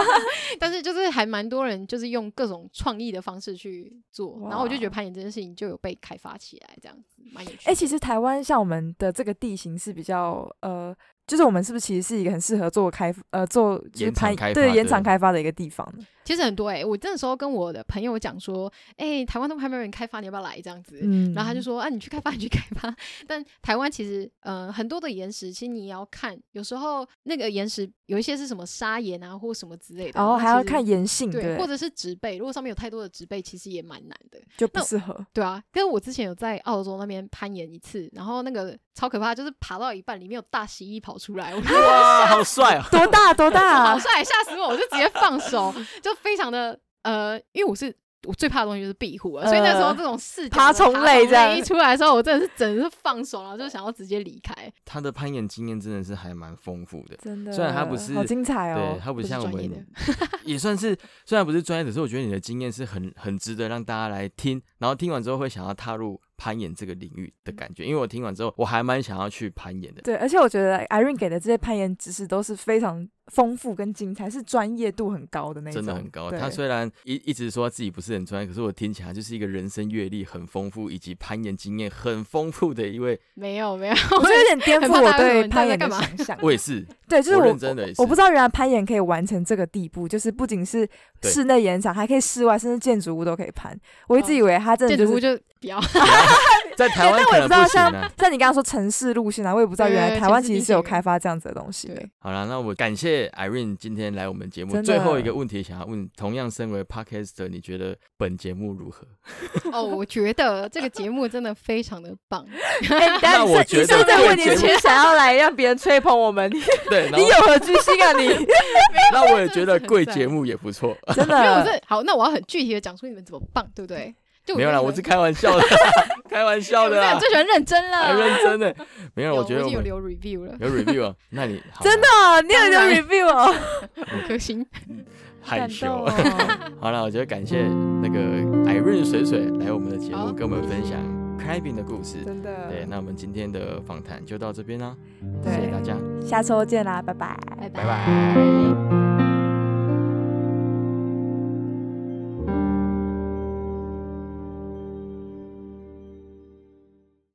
Speaker 3: 但是就是还蛮多人就是用各种创意的方式去做，然后我就觉得
Speaker 1: 哇
Speaker 3: 攀岩这件事情就有被开发起来，这样子蛮有趣的。
Speaker 1: 哎、其实台湾像我们的这个地形是比较呃，就是我们是不是其实是一个很适合做开呃做就是
Speaker 2: 延长
Speaker 1: 攀
Speaker 2: 开
Speaker 1: 对
Speaker 2: 发
Speaker 1: 延长
Speaker 2: 的
Speaker 1: 开发的一个地方呢？
Speaker 3: 其实很多哎、我那时候跟我的朋友讲说，哎、台湾都还没有人开发，你要不要来这样子？
Speaker 1: 嗯
Speaker 3: 然后他就说啊，你去开发，你去开发。但台湾其实，呃，很多的岩石，其实你也要看，有时候那个岩石有一些是什么砂岩啊，或什么之类的，
Speaker 1: 然后哦
Speaker 3: 那
Speaker 1: 还要
Speaker 3: 其实
Speaker 1: 看岩性，
Speaker 3: 对，
Speaker 1: 对，
Speaker 3: 或者是植被，如果上面有太多的植被，其实也蛮难的。
Speaker 1: 就不
Speaker 3: 那
Speaker 1: 适 合。
Speaker 3: 对啊，跟我之前有在澳洲那边攀岩一次，然后那个超可怕，就是爬到一半，里面有大蜥蜴跑出来，我就
Speaker 2: 哇，好帅哦！
Speaker 1: 多大多大
Speaker 3: 好？帅，吓死我，我就直接放手，就非常的呃，因为我是我最怕的东西就是壁虎啊了，所以那时候
Speaker 1: 呃
Speaker 3: 这种视角
Speaker 1: 爬
Speaker 3: 的
Speaker 1: 虫类这样
Speaker 3: 一出来的时候，我真的是整个是放手，然后就想要直接离开。
Speaker 2: 他的攀岩经验真的是还蛮丰富的。
Speaker 1: 真的，
Speaker 2: 虽然它不是
Speaker 1: 好精彩
Speaker 2: 对
Speaker 1: 哦，
Speaker 2: 他不
Speaker 3: 不是
Speaker 2: 像我
Speaker 3: 专业
Speaker 2: 们，也算是虽然不是专业，可是我觉得你的经验是很很值得让大家来听，然后听完之后会想要踏入攀岩这个领域的感觉。因为我听完之后，我还蛮想要去攀岩的。
Speaker 1: 对，而且我觉得 Irene 给的这些攀岩知识都是非常丰富跟精彩，是专业度很高的那一种，
Speaker 2: 真的很高。
Speaker 1: 对
Speaker 2: 他 虽然一一直说自己不是很专业，可是我听起来就是一个人生阅历很丰富以及攀岩经验很丰富的一位。
Speaker 3: 没有没有，
Speaker 1: 我觉得有点颠
Speaker 3: 很怕
Speaker 1: 覆我
Speaker 3: 大家以为
Speaker 1: 对
Speaker 3: 你
Speaker 1: 攀
Speaker 3: 到底在
Speaker 1: 岩的
Speaker 3: 干嘛
Speaker 1: 想 象。
Speaker 2: 我也是，
Speaker 1: 对，就是
Speaker 2: 我
Speaker 1: 我
Speaker 2: 认真的也是。
Speaker 1: 我不知道原来攀岩可以完成这个地步，就是不仅是
Speaker 2: 对
Speaker 1: 室内岩场，还可以室外，甚至建筑物都可以攀。我一直
Speaker 3: 哦
Speaker 1: 以为它真的
Speaker 3: 建
Speaker 1: 就
Speaker 3: 筑
Speaker 1: 是
Speaker 3: 物，就比较
Speaker 2: 在台 湾
Speaker 1: 但我
Speaker 2: 可
Speaker 1: 也
Speaker 2: 能
Speaker 1: 不知道
Speaker 2: 不行啊
Speaker 1: 像。像你刚刚说城市路线啊，我也不知道原来
Speaker 3: 对
Speaker 1: 台湾
Speaker 3: 城市
Speaker 1: 其实
Speaker 3: 地
Speaker 1: 是有
Speaker 3: 形
Speaker 1: 开发这样子的东西的
Speaker 3: 对。
Speaker 2: 好啦，那我感谢 Irene 今天来我们节目。
Speaker 1: 真的
Speaker 2: 最后一个问题想要问，同样身为 Podcaster，你觉得本节目如何？
Speaker 3: 哦，我觉得这个节目真的非常的 棒，
Speaker 1: 哎，你等下
Speaker 2: 那
Speaker 1: 你
Speaker 2: 我
Speaker 1: 是
Speaker 2: 觉
Speaker 1: 你
Speaker 2: 得
Speaker 1: 是不是
Speaker 2: 这
Speaker 1: 在
Speaker 2: 个
Speaker 1: 问你
Speaker 2: 节
Speaker 1: 是不是想要来让别人吹捧我们？你
Speaker 2: 对，然
Speaker 1: 你
Speaker 2: 后
Speaker 1: 有何居心啊 你？
Speaker 2: 那我也 觉得
Speaker 3: 真的是很
Speaker 2: 贵
Speaker 3: 赞
Speaker 2: 节目也不错。
Speaker 1: 真
Speaker 3: 因为我
Speaker 1: 的，
Speaker 3: 是好，那我要很具体的讲出你们怎么棒，对不对？就
Speaker 2: 没有啦，
Speaker 3: 觉得
Speaker 2: 我是开玩笑的，开玩笑
Speaker 3: 我
Speaker 2: 的
Speaker 3: 真
Speaker 2: 啦
Speaker 3: 的，最喜欢认真了，
Speaker 1: 哎
Speaker 2: 还 认真的。没有，
Speaker 3: 有
Speaker 2: 觉得
Speaker 3: 已
Speaker 2: 我
Speaker 3: 经有
Speaker 2: 们
Speaker 3: 留 review 了，
Speaker 2: 有 review 啊，那 你好啦
Speaker 1: 真的哦你有
Speaker 3: 当
Speaker 1: 留
Speaker 3: 然
Speaker 1: review 哦，
Speaker 3: 五颗星。
Speaker 2: 害羞。
Speaker 1: 感动哦
Speaker 2: 好了，我觉得感谢那个 Irene 水水来我们的节目，
Speaker 3: 好
Speaker 2: 跟我们分享 climbing 的故事。
Speaker 1: 真的。
Speaker 2: 对，那我们今天的访谈就到这边啦，谢谢大
Speaker 1: 对，
Speaker 2: 家，
Speaker 1: 下周见啦，拜拜。
Speaker 2: 拜拜。
Speaker 3: 拜